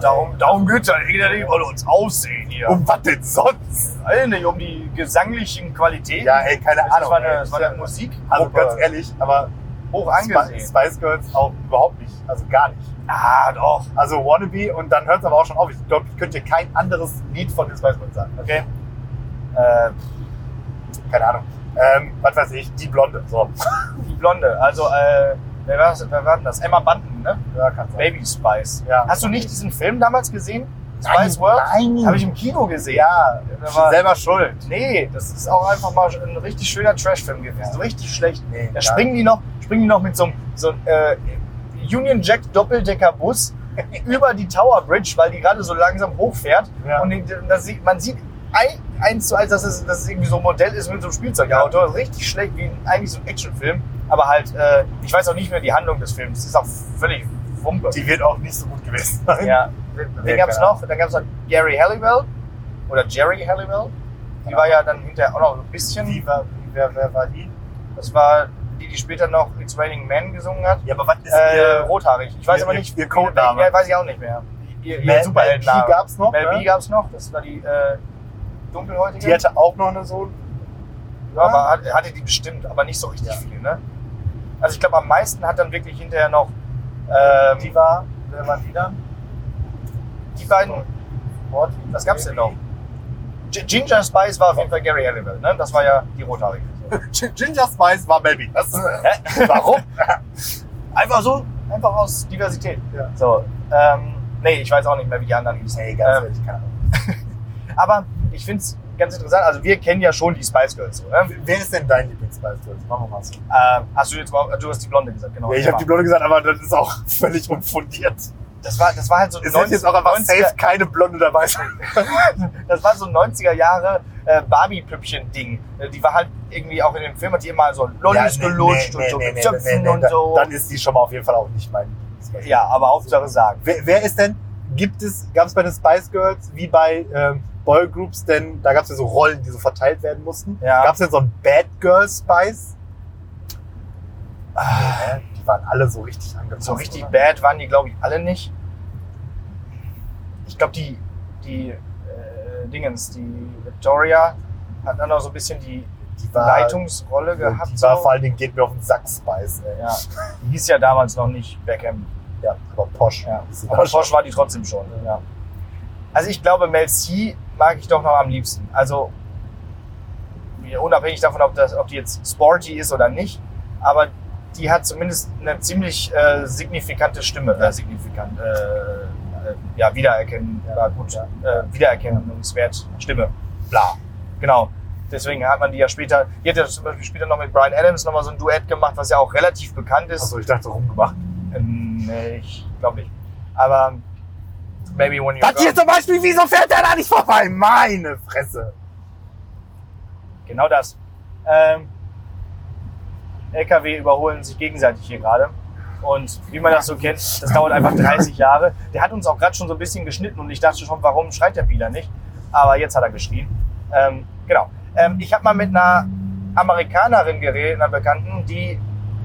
Speaker 2: Darum, darum geht's ja. Jeder nicht um uns aussehen hier.
Speaker 1: <laughs> Um was denn sonst?
Speaker 2: Weiß nicht, um die gesanglichen Qualitäten.
Speaker 1: Ja, ey, keine
Speaker 2: das
Speaker 1: Ahnung.
Speaker 2: war eine,
Speaker 1: ey.
Speaker 2: das war eine Musik.
Speaker 1: also ganz ehrlich, aber
Speaker 2: hoch
Speaker 1: Spi-
Speaker 2: angesehen.
Speaker 1: Spice Girls auch überhaupt nicht. Also gar nicht.
Speaker 2: Ah, doch.
Speaker 1: Also Wannabe und dann hört es aber auch schon auf. Ich glaube, ich könnte kein anderes Lied von den Spice Girls sagen. Ähm,
Speaker 2: Okay. Äh,
Speaker 1: Keine Ahnung. Ähm, was weiß ich, die Blonde. So. <laughs>
Speaker 2: die Blonde. Also, äh, wer war, das, wer war denn das? Emma Bunton, ne?
Speaker 1: Ja, kann sein.
Speaker 2: Baby Spice.
Speaker 1: Ja.
Speaker 2: Hast du nicht diesen Film damals gesehen?
Speaker 1: Nein,
Speaker 2: Spice World?
Speaker 1: nein.
Speaker 2: Habe ich im Kino gesehen.
Speaker 1: Ja,
Speaker 2: Der war-
Speaker 1: selber schuld.
Speaker 2: Nee, das ist auch einfach mal ein richtig schöner Trash-Film gewesen.
Speaker 1: Ja.
Speaker 2: Richtig schlecht.
Speaker 1: Nee,
Speaker 2: Da springen die noch, springen die noch mit so einem so, einem, äh, Union Jack
Speaker 1: <laughs>
Speaker 2: Doppeldecker-Bus über die Tower Bridge, weil die gerade so langsam hochfährt.
Speaker 1: Ja.
Speaker 2: Und die, das sieht, man sieht ein, eins zu eins, dass es, dass es irgendwie so ein Modell ist mit so einem Spielzeugauto. Das ist Richtig schlecht, wie eigentlich so ein Actionfilm. Aber halt, äh, ich weiß auch nicht mehr die Handlung des Films. Das ist auch völlig Wumpe.
Speaker 1: Die wird auch nicht so gut gewesen sein.
Speaker 2: Ja, wen
Speaker 1: Nee,
Speaker 2: gab's
Speaker 1: keine
Speaker 2: noch? Dann gab's noch Gary Halliwell oder Jerry Halliwell. Die
Speaker 1: Ja.
Speaker 2: war ja dann hinterher auch noch ein bisschen.
Speaker 1: Wie war, wie, wer, wer war die?
Speaker 2: Das war die, die später noch It's Raining Men gesungen hat.
Speaker 1: Ja, aber was ist
Speaker 2: Äh,
Speaker 1: ihr
Speaker 2: rothaarig. Ich weiß
Speaker 1: ihr-
Speaker 2: aber
Speaker 1: ihr-
Speaker 2: nicht.
Speaker 1: ihr Codename.
Speaker 2: Ja, weiß ich auch nicht mehr. Ihr, ihr
Speaker 1: Mel- Mel B
Speaker 2: Superheldenname.
Speaker 1: gab's noch,
Speaker 2: Mel B
Speaker 1: ne?
Speaker 2: gab's noch. Das war die äh, dunkelhäutige?
Speaker 1: Die hatte auch noch eine so
Speaker 2: ja, aber hat- hatte die bestimmt, aber nicht so richtig
Speaker 1: Ja.
Speaker 2: viel, ne? Also ich glaube, am meisten hat dann wirklich hinterher noch ähm,
Speaker 1: Die war, wer war die dann?
Speaker 2: die beiden
Speaker 1: Morty,
Speaker 2: Was gab's denn noch? G Ginger Spice war auf jeden Fall Gary Halliwell, ne? Das war ja die Rothaarige.
Speaker 1: Ginger Spice war Baby. Das,
Speaker 2: Hä? Warum?
Speaker 1: <laughs>
Speaker 2: einfach so, einfach aus Diversität.
Speaker 1: Ja.
Speaker 2: So, ähm, nee, ich weiß auch nicht mehr, wie die anderen hießen.
Speaker 1: hey,
Speaker 2: Ähm,
Speaker 1: ehrlich, keine Ahnung.
Speaker 2: aber ich finde es ganz interessant. Also wir kennen ja schon die Spice Girls, so, ne?
Speaker 1: Wer ist denn dein Lieblings-Spice Girls? Machen wir mal so.
Speaker 2: Ähm, hast du jetzt mal, du hast die Blonde gesagt, genau.
Speaker 1: Ja, ich habe die Blonde gesagt, aber das ist auch <laughs> völlig unfundiert.
Speaker 2: das war, das war halt so
Speaker 1: Es sind jetzt auch einfach
Speaker 2: 90er
Speaker 1: safe keine Blonde dabei. sein.
Speaker 2: <laughs> das war so ein 90er Jahre äh, Barbie-Püppchen-Ding. Äh, die war halt irgendwie auch in dem Film, hat die immer so Lollis gelutscht und so mit Zöpfen und
Speaker 1: da-
Speaker 2: so.
Speaker 1: Dann ist die schon mal auf jeden Fall auch nicht mein Lieblings-Spice
Speaker 2: ja, aber Hauptsache sagen.
Speaker 1: Wer, wer ist denn, gibt es, gab es bei den Spice Girls wie bei ähm, Boygroups denn, da gab es ja so Rollen, die so verteilt werden mussten.
Speaker 2: Ja.
Speaker 1: Gab es denn so ein Bad Girl Spice? Ah, die waren alle so richtig angepasst.
Speaker 2: So richtig
Speaker 1: oder?
Speaker 2: bad waren die, glaube ich, alle nicht. Ich glaube, die, die äh, Dingens, die Victoria hat dann auch so ein bisschen die
Speaker 1: Die war,
Speaker 2: Leitungsrolle gehabt.
Speaker 1: Die
Speaker 2: so.
Speaker 1: war vor allen Dingen, geht mir auf den Sack Spice. Ey.
Speaker 2: ja. Die hieß ja damals noch nicht Beckham.
Speaker 1: ja, aber Posh.
Speaker 2: Ja.
Speaker 1: Ist
Speaker 2: Aber
Speaker 1: egal.
Speaker 2: Porsche war die trotzdem schon. Ja. Also ich glaube, Mel C mag ich doch noch am liebsten. Also ja, unabhängig davon, ob, das, ob die jetzt sporty ist oder nicht, aber die hat zumindest eine ziemlich äh, signifikante Stimme. Äh, signifikant, äh, äh, ja, wiedererkennen, ja, gut, äh, wiedererkennungswert Stimme. Bla. Genau. Deswegen hat man die ja später, die hat ja zum Beispiel später noch mit Brian Adams nochmal so ein Duett gemacht, was ja auch relativ bekannt ist.
Speaker 1: Also ich dachte, rumgemacht.
Speaker 2: Ähm, nee, ich glaube nicht. Aber um, maybe when you're
Speaker 1: Das hier
Speaker 2: gone.
Speaker 1: zum Beispiel, wieso fährt der da nicht vorbei? Meine Fresse.
Speaker 2: Genau das. Ähm, LKW überholen sich gegenseitig hier gerade. Und wie man das so kennt, das dauert einfach 30 Jahre. Der hat uns auch gerade schon so ein bisschen geschnitten und ich dachte schon, warum schreit der Bieler nicht? Aber jetzt hat er geschrien. Ähm, genau. Ähm, ich habe mal mit einer Amerikanerin geredet, einer Bekannten, die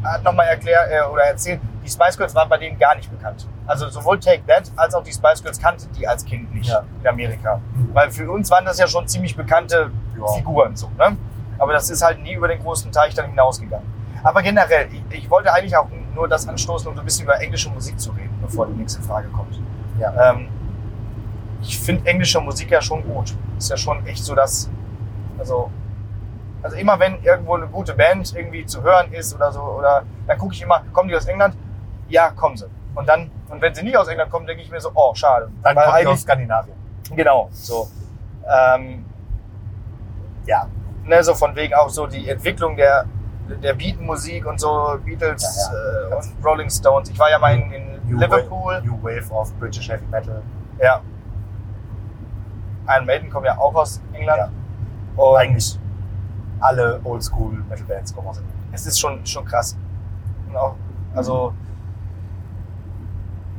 Speaker 2: hat nochmal erklärt äh, oder erzählt, die Spice Girls waren bei denen gar nicht bekannt. Also sowohl Take That als auch die Spice Girls kannten die als Kind nicht
Speaker 1: Ja.
Speaker 2: in Amerika. Weil für uns waren das ja schon ziemlich bekannte
Speaker 1: Ja.
Speaker 2: Figuren so, ne? Aber das ist halt nie über den großen Teich dann hinausgegangen. Aber generell, ich, ich wollte eigentlich auch nur das anstoßen, um so ein bisschen über englische Musik zu reden, bevor die nächste Frage kommt.
Speaker 1: Ja.
Speaker 2: Ähm, ich finde englische Musik ja schon gut. Ist ja schon echt so das, also, also immer wenn irgendwo eine gute Band irgendwie zu hören ist oder so, oder dann gucke ich immer, kommen die aus England? Ja, kommen sie. Und dann, und wenn sie nicht aus England kommen, denke ich mir so, oh, schade.
Speaker 1: Dann
Speaker 2: Weil
Speaker 1: kommt die aus
Speaker 2: eigentlich-
Speaker 1: Skandinavien.
Speaker 2: genau, so. Ähm,
Speaker 1: Ja,
Speaker 2: ne, so von wegen auch so die Entwicklung der, der Beatmusik und so, Beatles
Speaker 1: Ja, ja.
Speaker 2: Äh, und Rolling Stones. Ich war ja mal in, in
Speaker 1: New
Speaker 2: Liverpool.
Speaker 1: Wave, New Wave of British Heavy Metal.
Speaker 2: Ja. Iron Maiden kommen ja auch aus England. Und
Speaker 1: Eigentlich alle Oldschool Metal Bands kommen aus England.
Speaker 2: es ist schon, schon krass. Und auch, also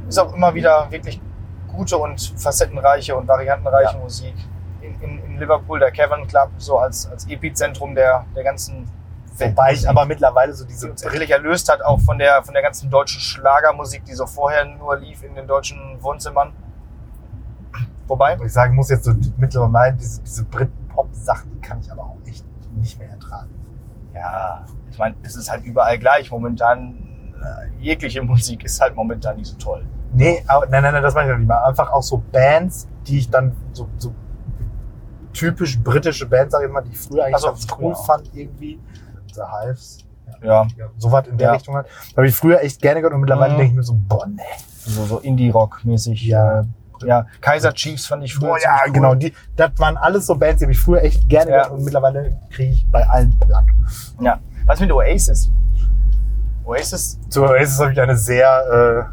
Speaker 2: ist auch immer wieder wirklich gute und facettenreiche und variantenreiche
Speaker 1: Ja.
Speaker 2: Musik. In, in, in Liverpool, der Cavern Club, so als, als Epizentrum der, der ganzen
Speaker 1: Wobei ich
Speaker 2: Weltmusik.
Speaker 1: aber mittlerweile so diese
Speaker 2: die uns endlich erlöst hat, auch von der, von der ganzen deutschen Schlagermusik, die so vorher nur lief in den deutschen Wohnzimmern. Wobei,
Speaker 1: ich sagen muss jetzt so mittlerweile diese, diese Britpop-Sachen, die kann ich aber auch echt nicht mehr ertragen.
Speaker 2: ja, ich meine, es ist halt überall gleich. Momentan, äh, jegliche Musik ist halt momentan nicht so toll.
Speaker 1: Nee, aber, nein, nein, nein, das meine ich doch nicht mal. Einfach auch so Bands, die ich dann so, so typisch britische Bands, sag ich mal, die ich früher eigentlich
Speaker 2: Ach so,
Speaker 1: ganz cool
Speaker 2: früher auch.
Speaker 1: fand irgendwie. The Hives,
Speaker 2: Ja,
Speaker 1: ja, sowas in der
Speaker 2: Ja.
Speaker 1: Richtung halt. Da habe ich früher echt gerne gehört und mittlerweile
Speaker 2: Mhm.
Speaker 1: denke ich mir so, boah, nee.
Speaker 2: so, so Indie-Rock-mäßig.
Speaker 1: Ja.
Speaker 2: Ja. ja, Kaiser Chiefs fand ich früher.
Speaker 1: Boah, ja,
Speaker 2: ziemlich cool.
Speaker 1: genau. Die, das waren alles so Bands, die habe ich früher echt gerne
Speaker 2: Ja.
Speaker 1: gehört und mittlerweile kriege ich bei allen Plack.
Speaker 2: Ja. Was mit Oasis? Oasis,
Speaker 1: Zu Oasis habe ich eine sehr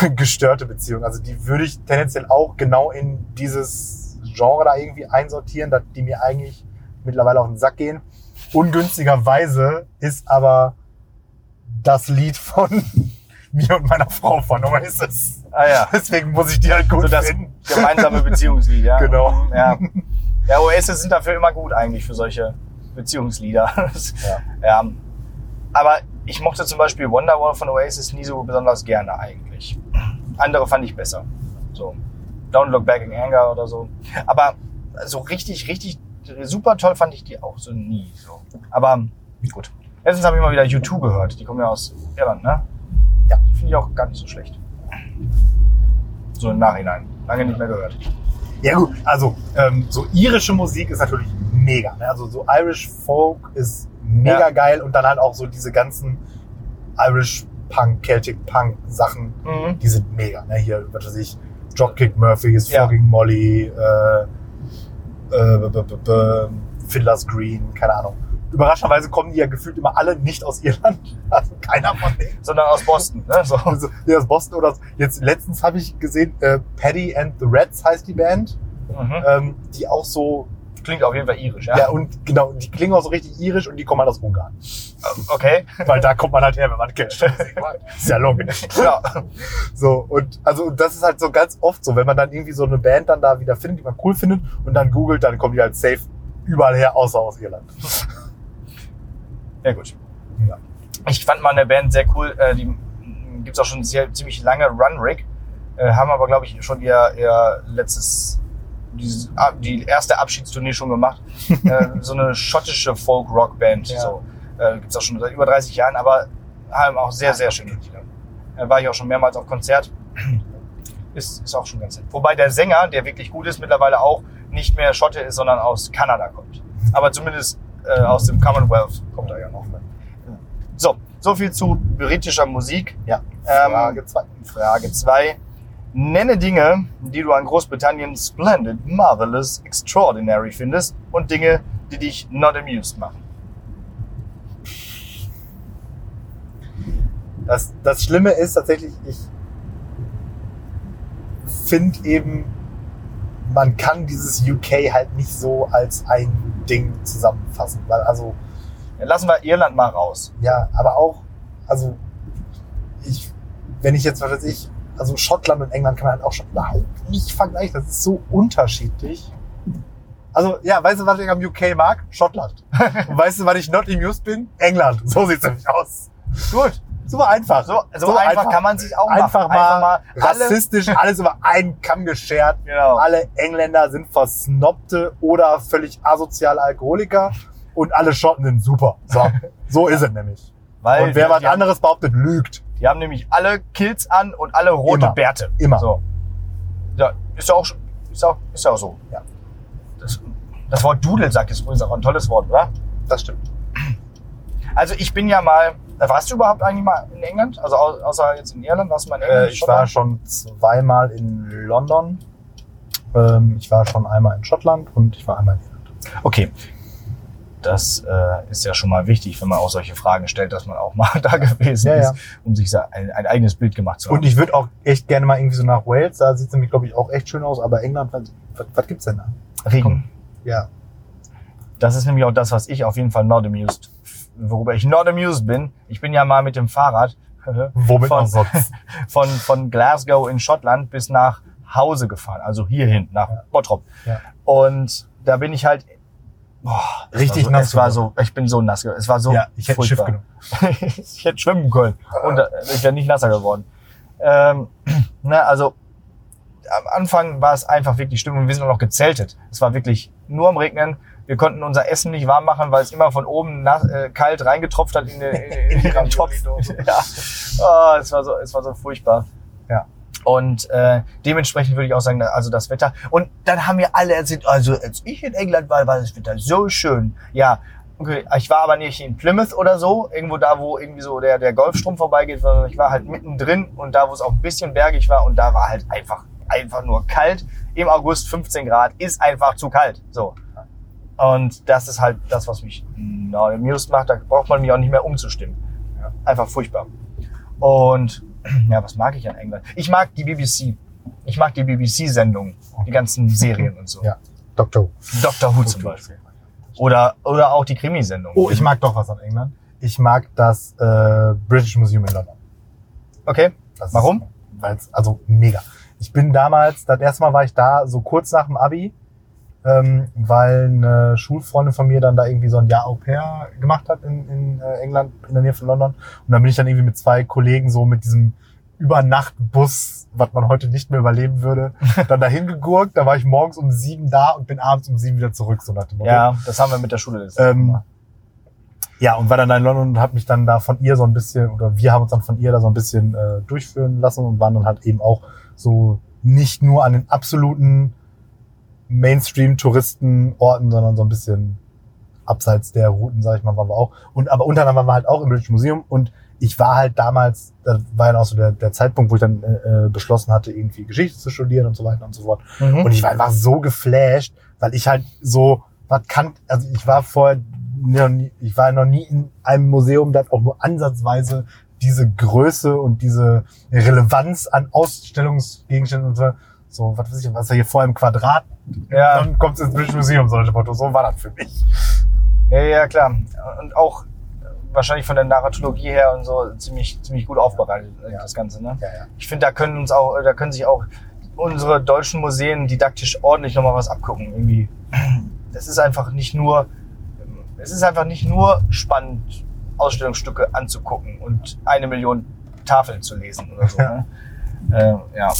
Speaker 1: äh, <laughs> gestörte Beziehung. Also die würde ich tendenziell auch genau in dieses Genre da irgendwie einsortieren, dass die mir eigentlich mittlerweile auf den Sack gehen. Ungünstigerweise ist aber das Lied von <laughs> mir und meiner Frau von Oasis.
Speaker 2: ah ja,
Speaker 1: <laughs> Deswegen muss ich die halt gut
Speaker 2: so das
Speaker 1: finden. <laughs>
Speaker 2: gemeinsame Beziehungslied, ja.
Speaker 1: Genau.
Speaker 2: Ja. ja, Oasis sind dafür immer gut eigentlich für solche Beziehungslieder. <laughs>
Speaker 1: Ja.
Speaker 2: ja. Ähm, Aber ich mochte zum Beispiel Wonderwall von Oasis nie so besonders gerne eigentlich. Andere fand ich besser. So Don't Look Back in Anger oder so. Aber so richtig, richtig super toll fand ich die auch so nie so. Aber gut. Letztens habe ich mal wieder U2 gehört. Die kommen ja aus Irland, ne? Ja. Die finde ich auch gar nicht so schlecht. So im Nachhinein. Lange nicht mehr gehört.
Speaker 1: Ja gut, also ähm, so irische Musik ist natürlich mega. Ne? Also so Irish Folk ist mega
Speaker 2: Ja.
Speaker 1: geil und dann halt auch so diese ganzen Irish Punk, Celtic Punk Sachen,
Speaker 2: Mhm.
Speaker 1: die sind mega. Ne? Hier, was weiß ich, Dropkick Murphys,
Speaker 2: Ja.
Speaker 1: Flogging Molly, äh, äh, b- b- b- b- Fiddler's Green, keine Ahnung. Überraschenderweise kommen die ja gefühlt immer alle nicht aus Irland. <laughs> Also keiner von denen.
Speaker 2: Sondern aus Boston, ne? So.
Speaker 1: Also, ja, aus Boston oder so. Jetzt letztens habe ich gesehen, äh, Paddy and the Reds heißt die Band,
Speaker 2: Mhm.
Speaker 1: ähm, die auch so
Speaker 2: Klingt auf jeden Fall irisch, ja.
Speaker 1: ja. und genau, die klingen auch so richtig irisch und die kommen halt aus Ungarn.
Speaker 2: Okay.
Speaker 1: Weil da kommt man halt her, wenn man Cash <laughs> Ist ja logisch.
Speaker 2: Ja.
Speaker 1: So, und also und das ist halt so ganz oft so, wenn man dann irgendwie so eine Band dann da wieder findet, die man cool findet und dann googelt, dann kommen die halt safe überall her, außer aus Irland.
Speaker 2: Ja, gut.
Speaker 1: Ja.
Speaker 2: Ich fand mal eine Band sehr cool, äh, die gibt es auch schon sehr, ziemlich lange, Run Rig. Äh, haben aber, glaube ich, schon ihr, ihr letztes, dieses, ah, die erste Abschiedstournee schon gemacht. äh, so eine schottische Folk-Rock-Band.
Speaker 1: Ja.
Speaker 2: So. Äh, gibt es auch schon seit über 30 Jahren, aber haben auch sehr, sehr schöne Lieder. Äh, war ich auch schon mehrmals auf Konzert. Ist, ist auch schon ganz nett. Wobei der Sänger, der wirklich gut ist, mittlerweile auch nicht mehr Schotte ist, sondern aus Kanada kommt. Aber zumindest äh, aus dem Commonwealth kommt er ja noch. Ne? So, so viel zu britischer Musik.
Speaker 1: Ja.
Speaker 2: Ähm,
Speaker 1: Frage zwei.
Speaker 2: Frage 2. Nenne Dinge, die du an Großbritannien splendid, marvelous, extraordinary findest und Dinge, die dich not amused machen.
Speaker 1: Das, das Schlimme ist tatsächlich, ich finde eben, man kann dieses UK halt nicht so als ein Ding zusammenfassen. Weil also
Speaker 2: Lassen wir Irland mal raus.
Speaker 1: Ja, aber auch, also ich, wenn ich jetzt, was weiß ich, also Schottland und England kann man halt auch schon überhaupt nicht vergleichen. Das ist so unterschiedlich. Also, ja, weißt du, was ich am UK mag? Schottland. <laughs> Und weißt du, wann ich not amused bin? England. So sieht's nämlich aus.
Speaker 2: Gut.
Speaker 1: Super einfach.
Speaker 2: So, so, einfach, kann man sich auch
Speaker 1: Einfach
Speaker 2: machen.
Speaker 1: mal,
Speaker 2: alle-
Speaker 1: rassistisch, alles über einen Kamm geschert.
Speaker 2: Genau.
Speaker 1: Alle Engländer sind versnobte oder völlig asoziale Alkoholiker und alle Schotten sind super. So, <laughs> so ist es nämlich.
Speaker 2: Weil
Speaker 1: Und wer
Speaker 2: die,
Speaker 1: was
Speaker 2: die haben-
Speaker 1: anderes behauptet, lügt.
Speaker 2: Die haben nämlich alle Kilts an und alle rote
Speaker 1: Immer.
Speaker 2: Bärte.
Speaker 1: Immer.
Speaker 2: So. Ja, ist ja auch, sch- ist ja auch, ist ja auch so.
Speaker 1: Ja.
Speaker 2: Das, das Wort Dudelsack ist übrigens auch ein tolles Wort, oder?
Speaker 1: Das stimmt.
Speaker 2: Also ich bin ja mal, äh, warst du überhaupt eigentlich mal in England? Also au- außer jetzt in Irland, warst du mal in England?
Speaker 1: Äh, ich war schon zweimal in London. Ähm, ich war schon einmal in Schottland und ich war einmal in Irland.
Speaker 2: Okay. Das äh, ist ja schon mal wichtig, wenn man auch solche Fragen stellt, dass man auch mal <laughs> da gewesen
Speaker 1: Ja,
Speaker 2: ist,
Speaker 1: ja.
Speaker 2: um sich sa- ein, ein eigenes Bild gemacht zu haben.
Speaker 1: Und ich würde auch echt gerne mal irgendwie so nach Wales. Da sieht es nämlich, glaube ich, auch echt schön aus. Aber England, was, was, was gibt's denn da?
Speaker 2: Regen.
Speaker 1: Ja.
Speaker 2: Das ist nämlich auch das, was ich auf jeden Fall not amused, worüber ich not amused bin. Ich bin ja mal mit dem Fahrrad <laughs>
Speaker 1: Womit
Speaker 2: Von-
Speaker 1: auch sonst?
Speaker 2: von, von Glasgow in Schottland bis nach Hause gefahren, also hierhin, nach Bottrop.
Speaker 1: Ja.
Speaker 2: Und da bin ich halt boah,
Speaker 1: <laughs>
Speaker 2: es
Speaker 1: Richtig
Speaker 2: war so,
Speaker 1: nass
Speaker 2: Es war so, ich bin so nass geworden. Es war so
Speaker 1: ja, ich hätte ein Schiff
Speaker 2: furchtbar.
Speaker 1: genommen.
Speaker 2: <laughs> ich hätte schwimmen können und äh, ich wäre nicht nasser geworden. Ähm, <clears throat> ne, also am Anfang war es einfach wirklich schlimm und wir sind auch noch gezeltet. Es war wirklich nur am Regnen. Wir konnten unser Essen nicht warm machen, weil es immer von oben nass, äh, kalt reingetropft hat in, den- in, in,
Speaker 1: die
Speaker 2: den Topf.
Speaker 1: Ravioli-Dose.
Speaker 2: <laughs> ja. oh, es, war so, es war so furchtbar.
Speaker 1: Ja.
Speaker 2: Und äh, dementsprechend würde ich auch sagen, also das Wetter. Und dann haben mir alle erzählt, also als ich in England war, war das Wetter so schön. Ja, okay, ich war aber nicht in Plymouth oder so, irgendwo da, wo irgendwie so der, der Golfstrom vorbeigeht, sondern ich war halt mittendrin und da, wo es auch ein bisschen bergig war und da war halt einfach, einfach nur kalt. Im August 15 Grad ist einfach zu kalt. So. Und das ist halt das, was mich not amused macht. Da braucht man mich auch nicht mehr umzustimmen.
Speaker 1: Ja.
Speaker 2: Einfach furchtbar. Und <clears throat> ja, was mag ich an England? Ich mag die BBC. Ich mag die BBC-Sendungen, die ganzen Serien und so.
Speaker 1: Ja. Dr. Who.
Speaker 2: Doctor Who zum Beispiel. Oder, oder auch die Krimisendung.
Speaker 1: Oh, ich mag doch was an England. Ich mag das äh, British Museum in London.
Speaker 2: Okay.
Speaker 1: Das
Speaker 2: Warum?
Speaker 1: Weil es, also mega. Ich bin damals, das erste Mal war ich da so kurz nach dem Abi, ähm, weil eine Schulfreundin von mir dann da irgendwie so ein Jahr Au pair gemacht hat in, in äh, England, in der Nähe von London. Und dann bin ich dann irgendwie mit zwei Kollegen so mit diesem Übernachtbus, was man heute nicht mehr überleben
Speaker 2: <laughs>
Speaker 1: würde, dann dahin gegurkt. Da war ich morgens um sieben da und bin abends um sieben wieder zurück, so nach dem Motto.
Speaker 2: Ja, das haben wir mit der Schule letztes Jahr
Speaker 1: Ähm,
Speaker 2: gemacht.
Speaker 1: ja, und war dann da in London und habe mich dann da von ihr so ein bisschen, oder wir haben uns dann von ihr da so ein bisschen äh, durchführen lassen und waren dann halt eben auch so nicht nur an den absoluten Mainstream-Touristenorten, sondern so ein bisschen abseits der Routen, sag ich mal, waren wir auch. Und aber unter anderem waren wir halt auch im British Museum und ich war halt damals, das war ja auch so der, der Zeitpunkt, wo ich dann äh, äh, beschlossen hatte, irgendwie Geschichte zu studieren und so weiter und so fort.
Speaker 2: Mhm.
Speaker 1: Und ich war einfach so geflasht, weil ich halt so, was kann, also ich war vorher, noch nie, ich war noch nie in einem Museum, das auch nur ansatzweise diese Größe und diese Relevanz an Ausstellungsgegenständen und so, so was weiß ich, was war hier vorher im Quadrat,
Speaker 2: ja.
Speaker 1: dann kommt es ins British Museum, so, nach dem Motto. so war das für mich.
Speaker 2: Ja, ja, klar. Und auch äh, wahrscheinlich von der Narratologie her und so ziemlich, ziemlich gut aufbereitet, äh,
Speaker 1: Ja.
Speaker 2: das Ganze. Ne?
Speaker 1: Ja, ja.
Speaker 2: Ich finde, da können uns auch, da können sich auch unsere deutschen Museen didaktisch ordentlich nochmal was abgucken. Irgendwie. <clears throat> Das ist einfach nicht nur, ähm, es ist einfach nicht nur spannend, Ausstellungsstücke anzugucken und eine Million Tafeln zu lesen oder so. Ne? Äh, ja.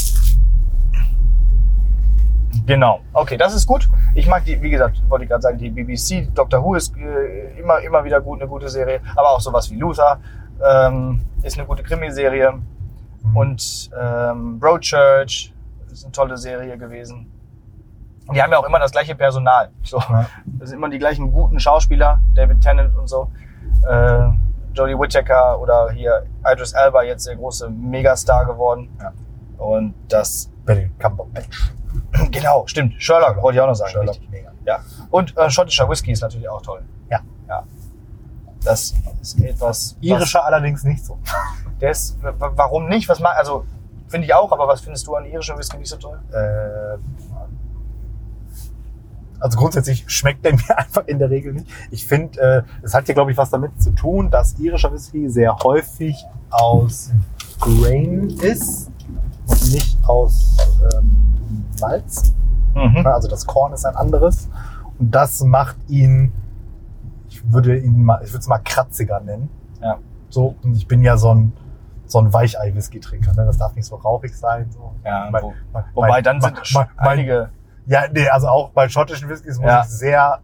Speaker 2: Genau. Okay, das ist gut. Ich mag die, wie gesagt, wollte ich gerade sagen, die BBC, Doctor Who ist äh, immer, immer wieder gut, eine gute Serie. Aber auch sowas wie Luther ähm, ist eine gute Krimiserie. Und ähm, Broadchurch ist eine tolle Serie gewesen. Und die haben ja auch immer das gleiche Personal. So. <laughs>
Speaker 1: Ja.
Speaker 2: Das sind immer die gleichen guten Schauspieler, David Tennant und so. Äh, Jodie Whittaker oder hier Idris Elba, jetzt der große Megastar geworden.
Speaker 1: Ja.
Speaker 2: Und das, <clears throat>
Speaker 1: Benedict Cumberbatch.
Speaker 2: genau, stimmt. Sherlock, wollte ich auch noch sagen.
Speaker 1: Sherlock,
Speaker 2: richtig.
Speaker 1: mega.
Speaker 2: Ja. Und äh, schottischer Whisky ist natürlich auch toll.
Speaker 1: Ja.
Speaker 2: ja. Das ist etwas. was-
Speaker 1: Irischer allerdings nicht so.
Speaker 2: Der ist, w- w- warum nicht? Was mag, also finde ich auch, aber was findest du an irischem Whisky nicht so toll?
Speaker 1: Äh, also grundsätzlich schmeckt der <laughs> mir einfach in der Regel nicht. Ich finde, äh, es hat ja, glaube ich, was damit zu tun, dass irischer Whisky sehr häufig aus Grain ist und nicht aus ähm, Malz.
Speaker 2: Mhm.
Speaker 1: Also das Korn ist ein anderes. Und das macht ihn, ich würde ihn mal, ich würde es mal kratziger nennen.
Speaker 2: Ja.
Speaker 1: So, und ich bin ja so ein, so ein Weichei-Whisky-Trinker. Ne? Das darf nicht so rauchig sein. So.
Speaker 2: Ja,
Speaker 1: Mein-
Speaker 2: wo,
Speaker 1: mein-
Speaker 2: wobei
Speaker 1: mein-
Speaker 2: dann sind
Speaker 1: mein, mein,
Speaker 2: einige.
Speaker 1: ja, nee, also auch bei schottischen Whiskys muss
Speaker 2: Ja.
Speaker 1: ich sehr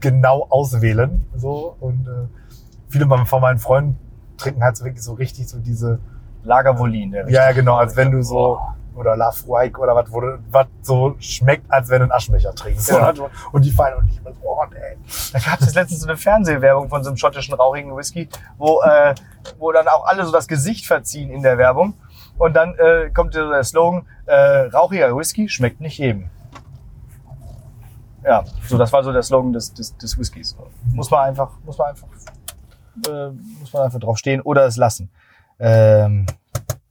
Speaker 1: genau auswählen. So und äh, viele von meinen Freunden trinken halt so wirklich so richtig so diese.
Speaker 2: Lagerwolin, der
Speaker 1: ja,
Speaker 2: richtig-
Speaker 1: ja, genau, als wenn du so oder Lafroig oder was wurde, was so schmeckt, als wenn du einen Aschenbecher trinkst.
Speaker 2: Ja.
Speaker 1: So, Und die fallen und ich bin so, oh nee.
Speaker 2: Da gab es letztens so eine Fernsehwerbung von so einem schottischen rauchigen Whisky, wo, äh, wo dann auch alle so das Gesicht verziehen in der Werbung. Und dann äh, kommt so der Slogan, äh, rauchiger Whisky schmeckt nicht jedem. Ja, so das war so der Slogan des, des, des Whiskys. Muss man einfach, muss man einfach, äh, muss man einfach drauf stehen oder es lassen. Ähm,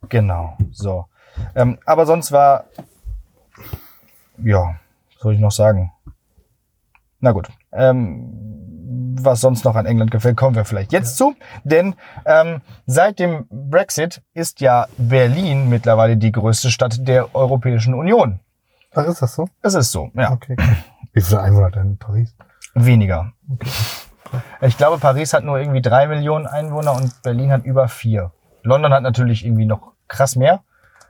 Speaker 2: genau, so. Ähm, aber sonst war, ja, was soll ich noch sagen? Na gut. Ähm, was sonst noch an England gefällt, kommen wir vielleicht jetzt zu. Denn ähm, seit dem Brexit ist ja Berlin mittlerweile die größte Stadt der Europäischen Union.
Speaker 1: Ach, ist das so?
Speaker 2: Es ist so, ja.
Speaker 1: Okay. Wie viele Einwohner hat denn Paris?
Speaker 2: Weniger. Ich glaube, Paris hat nur irgendwie drei Millionen Einwohner und Berlin hat über vier. London hat natürlich irgendwie noch krass mehr.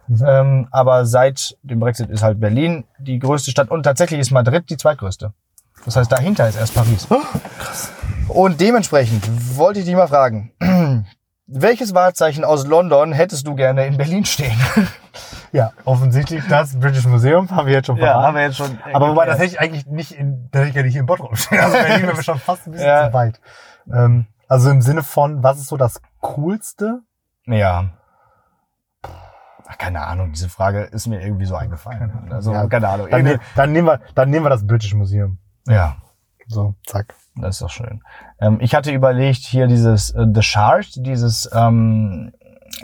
Speaker 1: Mhm.
Speaker 2: Ähm, aber seit dem Brexit ist halt Berlin die größte Stadt und tatsächlich ist Madrid die zweitgrößte. Das heißt, dahinter ist erst Paris. Und dementsprechend wollte ich dich mal fragen, <clears throat> welches Wahrzeichen aus London hättest du gerne in Berlin stehen?
Speaker 1: Ja, offensichtlich das British Museum haben wir jetzt schon verraten.
Speaker 2: wir jetzt schon.
Speaker 1: Aber wobei, das hätte ich eigentlich nicht in, das hätte ich ja nicht im Bottrop stehen. Also Berlin
Speaker 2: <laughs>
Speaker 1: wäre mir schon fast ein bisschen
Speaker 2: Ja.
Speaker 1: zu weit. Ähm, also im Sinne von, was ist so das Coolste?
Speaker 2: Ja. Ach, keine Ahnung, diese Frage ist mir irgendwie so eingefallen. Also,
Speaker 1: Ja.
Speaker 2: keine Ahnung.
Speaker 1: Dann, ne,
Speaker 2: Irgende-
Speaker 1: dann, nehmen wir, dann nehmen wir das British Museum.
Speaker 2: Ja,
Speaker 1: So, zack.
Speaker 2: das ist doch schön. Ähm, ich hatte überlegt, hier dieses äh, The Shard, dieses, ähm,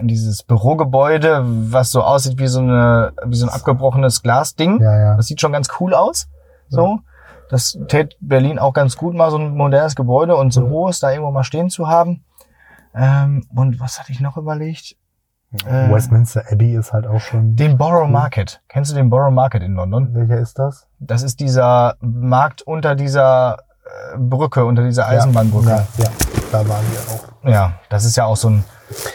Speaker 2: dieses Bürogebäude, was so aussieht wie so, eine, wie so ein abgebrochenes Glasding.
Speaker 1: Ja, ja.
Speaker 2: Das sieht schon ganz cool aus. So. Das tät Berlin auch ganz gut, mal so ein modernes Gebäude und so ein
Speaker 1: Ja.
Speaker 2: hohes da irgendwo mal stehen zu haben. Ähm, und was hatte ich noch überlegt? Äh,
Speaker 1: Westminster Abbey ist halt auch schon.
Speaker 2: Den Borough Market. Kennst du den Borough Market in London?
Speaker 1: Welcher ist das?
Speaker 2: Das ist dieser Markt unter dieser äh, Brücke, unter dieser Eisenbahnbrücke.
Speaker 1: Ja, ja, da waren wir auch.
Speaker 2: Ja, das ist ja auch so ein,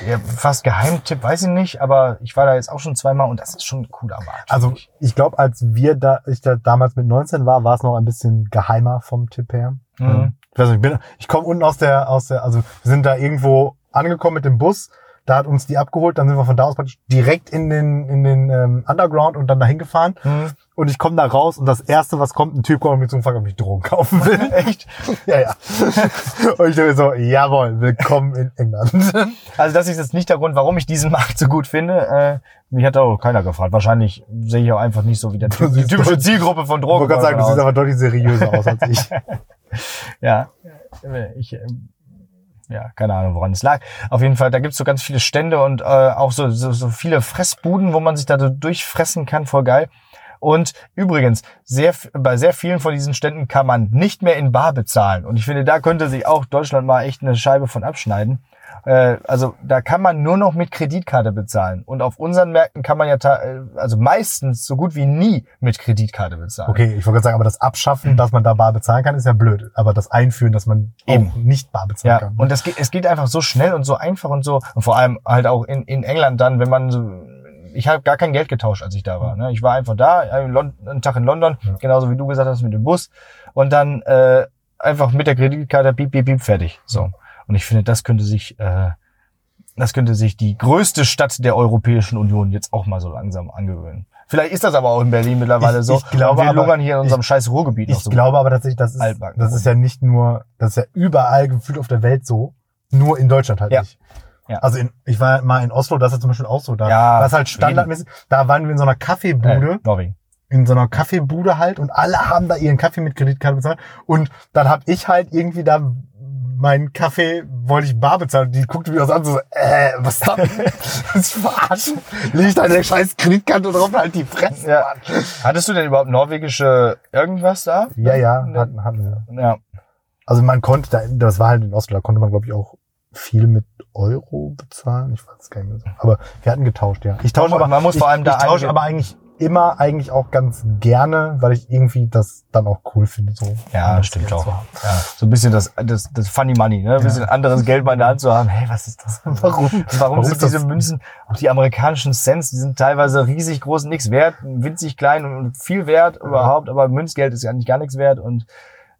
Speaker 2: Ja, fast Geheimtipp, weiß ich nicht, aber ich war da jetzt auch schon zweimal und das ist schon ein cooler Markt.
Speaker 1: Also ich glaube, als wir da, ich da damals mit 19 war, war es noch ein bisschen geheimer vom Tipp her. Ähm,
Speaker 2: Mhm.
Speaker 1: Ich weiß nicht, ich bin, ich komme unten aus der, aus der, also wir sind da irgendwo angekommen mit dem Bus. Da hat uns die abgeholt, dann sind wir von da aus praktisch direkt in den, in den ähm, Underground und dann dahin gefahren.
Speaker 2: Mhm.
Speaker 1: Und ich komme da raus und das erste, was kommt, ein Typ kommt und mich zum Fragen, ob ich Drogen kaufen will.
Speaker 2: <laughs> Echt?
Speaker 1: ja, ja. Und ich denke so, jawohl, willkommen in England.
Speaker 2: Also das ist jetzt nicht der Grund, warum ich diesen Markt so gut finde. Äh, mich hat auch keiner gefragt. Wahrscheinlich sehe ich auch einfach nicht so wie der Typ, die
Speaker 1: siehst
Speaker 2: typische Zielgruppe von
Speaker 1: Ich wollte
Speaker 2: Drogen.
Speaker 1: gerade sagen, du siehst aber deutlich seriöser aus als ich.
Speaker 2: Ja, äh, ich, ähm, ja, keine Ahnung, woran es lag. Auf jeden Fall, da gibt's so ganz viele Stände und äh, auch so, so, so viele Fressbuden, wo man sich da so durchfressen kann, voll geil. Und übrigens, sehr, f- bei sehr vielen von diesen Ständen kann man nicht mehr in Bar bezahlen. Und ich finde, da könnte sich auch Deutschland mal echt eine Scheibe von abschneiden. Äh, also da kann man nur noch mit Kreditkarte bezahlen. Und auf unseren Märkten kann man ja, ta- äh, also meistens so gut wie nie mit Kreditkarte bezahlen.
Speaker 1: Okay, ich wollte gerade sagen, aber das
Speaker 2: Mhm.
Speaker 1: Abschaffen, dass man da bar bezahlen kann, ist ja blöd. Aber das Einführen, dass man
Speaker 2: Eben.
Speaker 1: auch nicht bar bezahlen
Speaker 2: Ja,
Speaker 1: kann. ne?
Speaker 2: und das geht, es geht einfach so schnell und so einfach und so. Und vor allem halt auch in, in England dann, wenn man so. Ich habe gar kein Geld getauscht, als ich da war. Ne? Ich war einfach da, einen, Lon einen Tag in London,
Speaker 1: Ja.
Speaker 2: genauso wie du gesagt hast, mit dem Bus. Und dann äh, einfach mit der Kreditkarte, piep, piep, piep, fertig. So. Und ich finde, das könnte sich, äh, das könnte sich die größte Stadt der Europäischen Union jetzt auch mal so langsam angewöhnen. Vielleicht ist das aber auch in Berlin mittlerweile
Speaker 1: Ich-
Speaker 2: so.
Speaker 1: ich glaube
Speaker 2: Und wir
Speaker 1: aber-
Speaker 2: lungern hier in unserem
Speaker 1: ich-
Speaker 2: scheiß Ruhrgebiet noch
Speaker 1: ich
Speaker 2: so.
Speaker 1: glaube aber tatsächlich, das ist,
Speaker 2: Altbacken. ne?
Speaker 1: das ist ja nicht nur, das ist ja überall gefühlt auf der Welt so, nur in Deutschland halt
Speaker 2: Ja.
Speaker 1: nicht.
Speaker 2: Ja.
Speaker 1: Also in, ich war mal in Oslo, das ist zum Beispiel auch so. Da
Speaker 2: Ja,
Speaker 1: das ist halt
Speaker 2: Schweden.
Speaker 1: standardmäßig. Da waren wir in so einer Kaffeebude,
Speaker 2: äh, Norwegen.
Speaker 1: in so einer Kaffeebude halt und alle haben da ihren Kaffee mit Kreditkarte bezahlt. Und dann habe ich halt irgendwie da meinen Kaffee, wollte ich bar bezahlen. Und Die guckte mich das an so, äh, was <laughs> da? Das verarschen. Liegt da eine scheiß Kreditkarte drauf und halt die Fresse.
Speaker 2: Ja.
Speaker 1: Mann.
Speaker 2: Hattest du denn überhaupt norwegische irgendwas da?
Speaker 1: ja, ja, hatten, hatten wir.
Speaker 2: Ja.
Speaker 1: Also man konnte, da, das war halt in Oslo, da konnte man glaube ich auch viel mit Euro bezahlen. Ich weiß es gar nicht mehr so. Aber wir hatten getauscht, ja. Ich tausche
Speaker 2: Man-
Speaker 1: aber,
Speaker 2: man muss
Speaker 1: ich,
Speaker 2: vor allem da
Speaker 1: ich tausche
Speaker 2: einige-
Speaker 1: aber eigentlich immer eigentlich auch ganz gerne, weil ich irgendwie das dann auch cool finde. So
Speaker 2: Ja,
Speaker 1: das
Speaker 2: stimmt
Speaker 1: Geld
Speaker 2: auch.
Speaker 1: zu haben.
Speaker 2: ja. So ein bisschen das, das, das Funny Money, ne? Ein bisschen anderes Geld mal in der Hand zu haben. Hey, was ist
Speaker 1: <laughs>
Speaker 2: das? <laughs>
Speaker 1: Warum?
Speaker 2: Warum,
Speaker 1: Warum
Speaker 2: sind
Speaker 1: ist das-
Speaker 2: diese Münzen, auch die amerikanischen Cents, die sind teilweise riesig groß, nichts wert, winzig klein und viel wert überhaupt, aber Münzgeld ist ja eigentlich gar nichts wert und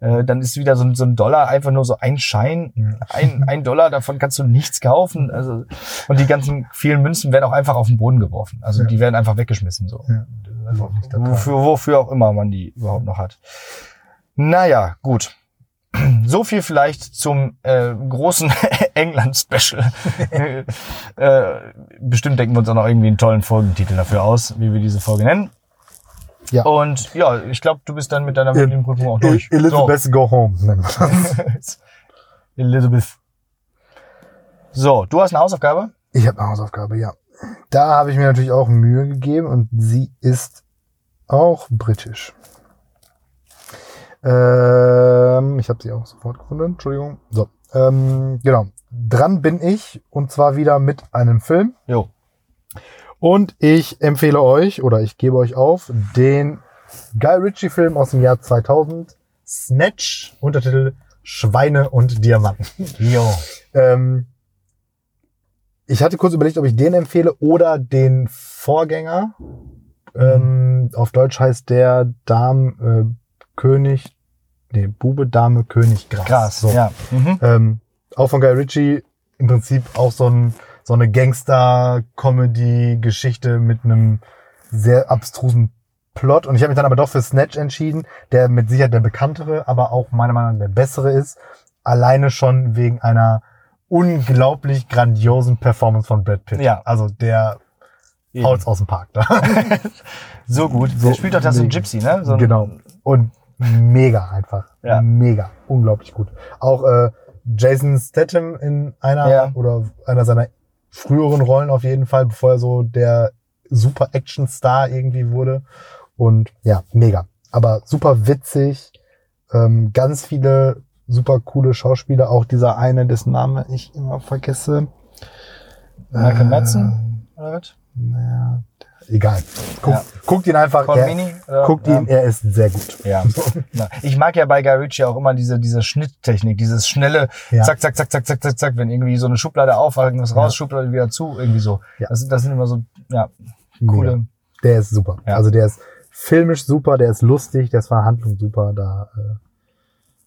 Speaker 2: äh, dann ist wieder so, ein- so ein Dollar einfach nur so ein Schein,
Speaker 1: Hm.
Speaker 2: ein, ein Dollar, davon kannst du nichts kaufen. Also, und die ganzen vielen Münzen werden auch einfach auf den Boden geworfen. Also
Speaker 1: Ja.
Speaker 2: die werden einfach weggeschmissen so.
Speaker 1: Ja, das ist auch nicht der Plan.
Speaker 2: Wofür, wofür auch immer man die überhaupt noch hat. Naja, gut. <clears throat> So viel vielleicht zum äh, großen <laughs> England-Special. <laughs> äh, bestimmt denken wir uns auch noch irgendwie einen tollen Folgentitel dafür aus, wie wir diese Folge nennen.
Speaker 1: Ja.
Speaker 2: Und ja, ich glaube, du bist dann mit deiner
Speaker 1: Ja.
Speaker 2: Medienprüfung auch
Speaker 1: El-
Speaker 2: durch.
Speaker 1: E- Elizabeth go home. <laughs> nennt man das.
Speaker 2: So. <laughs> Elizabeth. So, du hast eine Hausaufgabe?
Speaker 1: Ich habe eine Hausaufgabe, ja. Da habe ich mir natürlich auch Mühe gegeben und sie ist auch britisch. Ähm, ich habe sie auch sofort gefunden, Entschuldigung. So, ähm, genau. Dran bin ich und zwar wieder mit einem Film.
Speaker 2: Jo.
Speaker 1: Und ich empfehle euch oder ich gebe euch auf den Guy Ritchie-Film aus dem Jahr 2000, Snatch, Untertitel Schweine und Diamanten.
Speaker 2: Jo.
Speaker 1: Ähm, ich hatte kurz überlegt, ob ich den empfehle oder den Vorgänger. Ähm, auf Deutsch heißt der Dame äh, König, nee, Bube, Dame, König, Gras.
Speaker 2: Gras.
Speaker 1: So.
Speaker 2: Ja. Mhm.
Speaker 1: Ähm, auch von Guy Ritchie im Prinzip auch so, ein, so eine Gangster-Comedy-Geschichte mit einem sehr abstrusen Plot. Und ich habe mich dann aber doch für Snatch entschieden, der mit Sicherheit der bekanntere, aber auch meiner Meinung nach der bessere ist. Alleine schon wegen einer unglaublich grandiosen Performance von Brad Pitt.
Speaker 2: Ja.
Speaker 1: Also der
Speaker 2: Eben.
Speaker 1: haut's aus dem Park da.
Speaker 2: So gut.
Speaker 1: So
Speaker 2: Der spielt doch das so ein
Speaker 1: mega.
Speaker 2: Gypsy, ne? So ein-
Speaker 1: genau. Und mega einfach.
Speaker 2: Ja.
Speaker 1: Mega. Unglaublich gut. Auch äh, Jason Statham in einer
Speaker 2: Ja.
Speaker 1: oder einer seiner früheren Rollen auf jeden Fall, bevor er so der super Action-Star irgendwie wurde. Und ja, mega. Aber super witzig. Ähm, ganz viele super coole Schauspieler. Auch dieser eine, dessen Name ich immer vergesse.
Speaker 2: Michael
Speaker 1: Äh,
Speaker 2: Madsen? Oder was?
Speaker 1: naja, egal. Guck,
Speaker 2: Ja.
Speaker 1: Guckt ihn einfach.
Speaker 2: Von
Speaker 1: Er,
Speaker 2: Mini? Oder?
Speaker 1: guckt
Speaker 2: ja.
Speaker 1: ihn, er ist sehr gut.
Speaker 2: Ja. ja. Ich mag ja bei Guy Ritchie auch immer diese, diese Schnitttechnik, dieses schnelle
Speaker 1: Ja.
Speaker 2: Zack, zack, zack, zack, zack, zack, zack, wenn irgendwie so eine Schublade auf, irgendwas raus, Schublade wieder zu, irgendwie so.
Speaker 1: Ja.
Speaker 2: Das, sind- das sind immer so, ja,
Speaker 1: Mega.
Speaker 2: coole.
Speaker 1: Der ist super.
Speaker 2: Ja.
Speaker 1: Also der ist filmisch super, der ist lustig, der ist von der Handlung super. Da,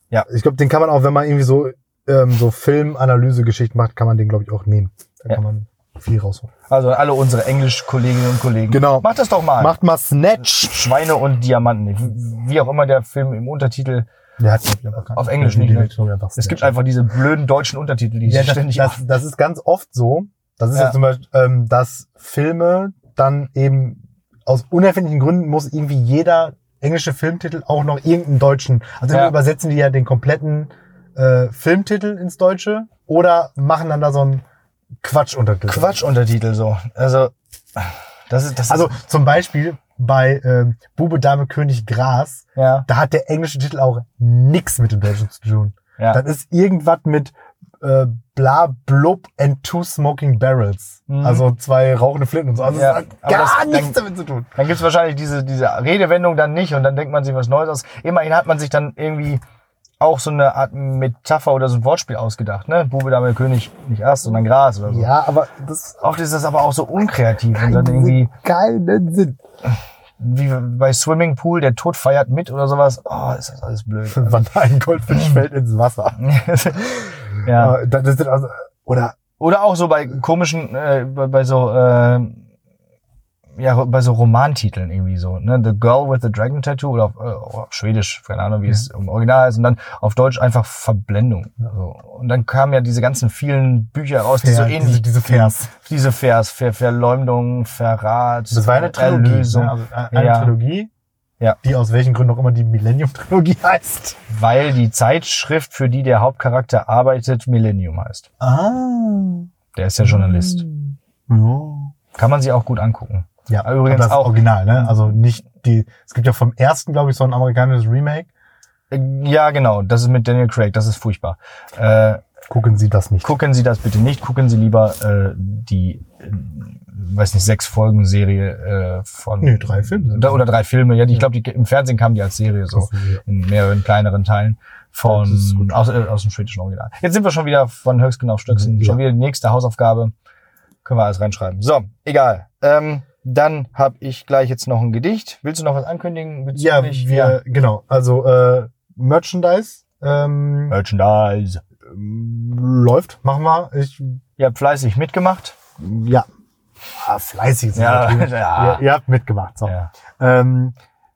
Speaker 1: äh,
Speaker 2: Ja.
Speaker 1: Ich glaube, den kann man auch, wenn man irgendwie so, ähm, so Filmanalyse-Geschichten macht, kann man den, glaube ich, auch nehmen. Da
Speaker 2: Ja.
Speaker 1: kann man viel rausholen.
Speaker 2: Also an alle unsere Englisch-Kolleginnen und Kollegen.
Speaker 1: Genau.
Speaker 2: Macht das doch mal.
Speaker 1: Macht mal Snatch!
Speaker 2: Schweine und Diamanten. Wie- Wie auch immer der Film im Untertitel.
Speaker 1: Der hat, glaub ich, einfach gar
Speaker 2: Auf
Speaker 1: nicht-
Speaker 2: Englisch
Speaker 1: die-
Speaker 2: nicht,
Speaker 1: die-
Speaker 2: ne?
Speaker 1: die- einfach
Speaker 2: Es
Speaker 1: Snatch.
Speaker 2: gibt einfach diese blöden deutschen Untertitel, die
Speaker 1: ja,
Speaker 2: ich
Speaker 1: das,
Speaker 2: ständig
Speaker 1: das, das ist ganz oft so. Das ist
Speaker 2: Ja.
Speaker 1: ja zum Beispiel, ähm, dass Filme dann eben aus unerfindlichen Gründen muss irgendwie jeder englische Filmtitel auch noch irgendeinen deutschen. Also
Speaker 2: Ja.
Speaker 1: entweder übersetzen die ja den kompletten äh, Filmtitel ins Deutsche oder machen dann da so einen Quatschuntertitel.
Speaker 2: Quatsch-Untertitel so. Also, das ist, das
Speaker 1: Also
Speaker 2: ist,
Speaker 1: zum Beispiel bei ähm, Bube, Dame, König, Gras,
Speaker 2: ja,
Speaker 1: da hat der englische Titel auch nix mit dem Deutschen zu tun.
Speaker 2: ja.
Speaker 1: Dann ist irgendwas mit äh, bla blub and two smoking barrels.
Speaker 2: Mhm.
Speaker 1: Also zwei rauchende Flinten und so. Also
Speaker 2: Ja,
Speaker 1: das hat
Speaker 2: aber
Speaker 1: gar
Speaker 2: das- dann-
Speaker 1: nichts damit zu tun.
Speaker 2: Dann gibt's wahrscheinlich diese, diese Redewendung dann nicht und dann denkt man sich was Neues aus. Immerhin hat man sich dann irgendwie auch so eine Art Metapher oder so ein Wortspiel ausgedacht, ne? Bube, Dame, König, nicht Ast, sondern Gras oder so.
Speaker 1: Ja, aber das
Speaker 2: Oft ist das aber auch so unkreativ und dann
Speaker 1: hat
Speaker 2: irgendwie,
Speaker 1: keinen
Speaker 2: <laughs>
Speaker 1: Sinn.
Speaker 2: wie bei Swimming Pool, der Tod feiert mit oder sowas. Oh, ist das alles blöd. <laughs>
Speaker 1: Wann ein Goldfisch fällt ins Wasser.
Speaker 2: Mhm. ja.
Speaker 1: Aber Das ist also, oder
Speaker 2: Oder auch so bei komischen, äh, bei, bei so, äh, ja, bei so Romantiteln irgendwie so, ne? The Girl with the Dragon Tattoo oder auf, äh, auf Schwedisch, keine Ahnung, wie es im Original ist, und dann auf Deutsch einfach Verblendung. So. Und dann kamen ja diese ganzen vielen Bücher raus, die so
Speaker 1: Ja,
Speaker 2: ähnlich, Mhm.
Speaker 1: diese- diese Vers.
Speaker 2: Diese Vers, Ver, Verleumdung, Verrat,
Speaker 1: das war eine Trilogie.
Speaker 2: Erlösung.
Speaker 1: Ne? Also eine
Speaker 2: Ja.
Speaker 1: Trilogie,
Speaker 2: Ja.
Speaker 1: die aus welchen Gründen auch immer die Millennium-Trilogie <laughs> heißt.
Speaker 2: Weil die Zeitschrift, für die der Hauptcharakter arbeitet, Millennium heißt.
Speaker 1: Ah.
Speaker 2: Der ist ja
Speaker 1: Mhm.
Speaker 2: Journalist. Mhm.
Speaker 1: Ja.
Speaker 2: Kann man sich auch gut angucken.
Speaker 1: Ja,
Speaker 2: Aber übrigens
Speaker 1: aber das
Speaker 2: auch-
Speaker 1: Original, ne? Also nicht die, es gibt ja vom ersten, glaube ich, so ein amerikanisches Remake.
Speaker 2: Äh, Ja, genau. Das ist mit Daniel Craig. Das ist furchtbar. Äh,
Speaker 1: Gucken Sie das nicht.
Speaker 2: gucken Sie das bitte nicht. Gucken Sie lieber äh, die, äh, weiß nicht, sechs Folgen Serie äh, von.
Speaker 1: Nee, drei Filme.
Speaker 2: Oder, oder drei Filme. Ja, die, ich glaube, die im Fernsehen kamen die als Serie so in mehreren kleineren Teilen von
Speaker 1: Das ist gut.
Speaker 2: aus, äh, aus dem schwedischen Original. Jetzt sind wir schon wieder von Höchstgen auf Stöcksen.
Speaker 1: Ja.
Speaker 2: Schon wieder die nächste Hausaufgabe. Können wir alles reinschreiben. So, egal. Ähm, dann habe ich gleich jetzt noch ein Gedicht. Willst du noch was ankündigen?
Speaker 1: Ja,
Speaker 2: bezüglich-
Speaker 1: wir, genau. Also äh, Merchandise ähm,
Speaker 2: Merchandise.
Speaker 1: ähm, läuft, machen wir. Ich,
Speaker 2: Ihr habt fleißig mitgemacht.
Speaker 1: ja. Ah, fleißig sind
Speaker 2: Ja,
Speaker 1: wir.
Speaker 2: <laughs> ja.
Speaker 1: Ihr, ihr habt mitgemacht. So.
Speaker 2: Ja.
Speaker 1: Ähm,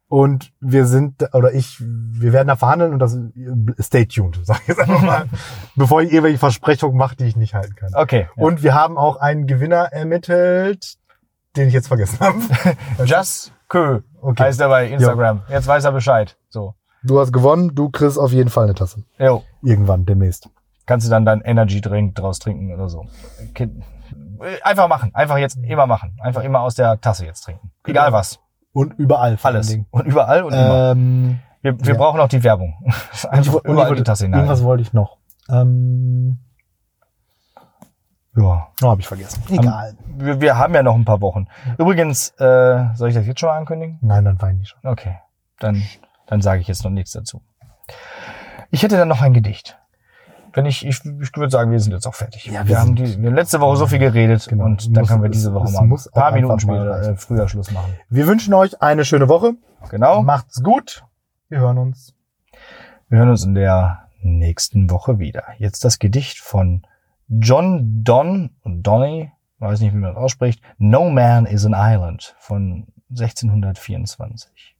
Speaker 1: und wir sind, oder ich, wir werden da verhandeln und das stay tuned, sag ich jetzt einfach
Speaker 2: <laughs>
Speaker 1: mal, bevor ihr irgendwelche Versprechungen macht, die ich nicht halten kann.
Speaker 2: Okay. Und
Speaker 1: Und wir haben auch einen Gewinner ermittelt, den ich jetzt vergessen habe.
Speaker 2: Just Kö
Speaker 1: Okay.
Speaker 2: heißt er bei Instagram. Jetzt weiß er Bescheid. So.
Speaker 1: <laughs> Du hast gewonnen, du kriegst auf jeden Fall eine Tasse.
Speaker 2: Jo.
Speaker 1: Irgendwann, demnächst.
Speaker 2: Kannst du dann deinen Energy Drink draus trinken oder so. Kind- Einfach machen. Einfach jetzt immer machen. Einfach immer aus der Tasse jetzt trinken.
Speaker 1: Genau.
Speaker 2: Egal was.
Speaker 1: Und überall. vor allen
Speaker 2: Alles.
Speaker 1: Dingen.
Speaker 2: Und überall und immer.
Speaker 1: Ähm,
Speaker 2: Wir, wir
Speaker 1: ja.
Speaker 2: brauchen auch die Werbung. <laughs>
Speaker 1: und ich,
Speaker 2: Einfach
Speaker 1: wo- und ich
Speaker 2: überall
Speaker 1: wollte,
Speaker 2: die Tasse hinein.
Speaker 1: irgendwas wollte ich noch. Ähm,
Speaker 2: Ja.
Speaker 1: oh, habe ich vergessen. Egal.
Speaker 2: Wir, wir haben ja noch ein paar Wochen. Übrigens, äh, soll ich das jetzt schon mal ankündigen?
Speaker 1: Nein, dann weine ich schon.
Speaker 2: Okay, dann, dann sage ich jetzt noch nichts dazu. Ich hätte dann noch ein Gedicht. Wenn ich, ich, ich würde sagen, wir sind jetzt auch fertig.
Speaker 1: Ja,
Speaker 2: wir
Speaker 1: wir
Speaker 2: haben
Speaker 1: sind-
Speaker 2: die, wir haben letzte Woche so viel geredet
Speaker 1: Genau.
Speaker 2: und dann
Speaker 1: Muss-
Speaker 2: können wir diese
Speaker 1: es-
Speaker 2: Woche
Speaker 1: es
Speaker 2: mal ein
Speaker 1: muss auch
Speaker 2: paar Minuten
Speaker 1: einfach mal
Speaker 2: später,
Speaker 1: reichen.
Speaker 2: äh, früher Schluss machen.
Speaker 1: Wir wünschen euch eine schöne Woche.
Speaker 2: Genau.
Speaker 1: Macht's gut. Wir hören uns.
Speaker 2: Wir hören uns in der nächsten Woche wieder. Jetzt das Gedicht von John Donne und Donny, weiß nicht, wie man das ausspricht. No Man is an Island von 1624.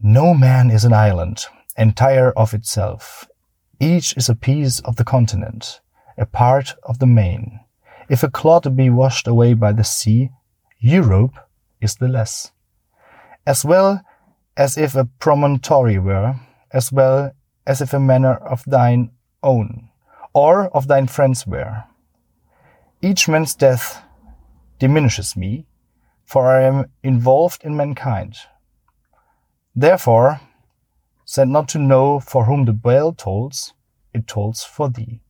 Speaker 2: No man is an island, entire of itself. Each is a piece of the continent, a part of the main. If a clod be washed away by the sea, Europe is the less. As well as if a promontory were, as well as if a manor of thine own, or of thine friends were. Each man's death diminishes me, for I am involved in mankind. Therefore, send not to know for whom the bell tolls, it tolls for thee.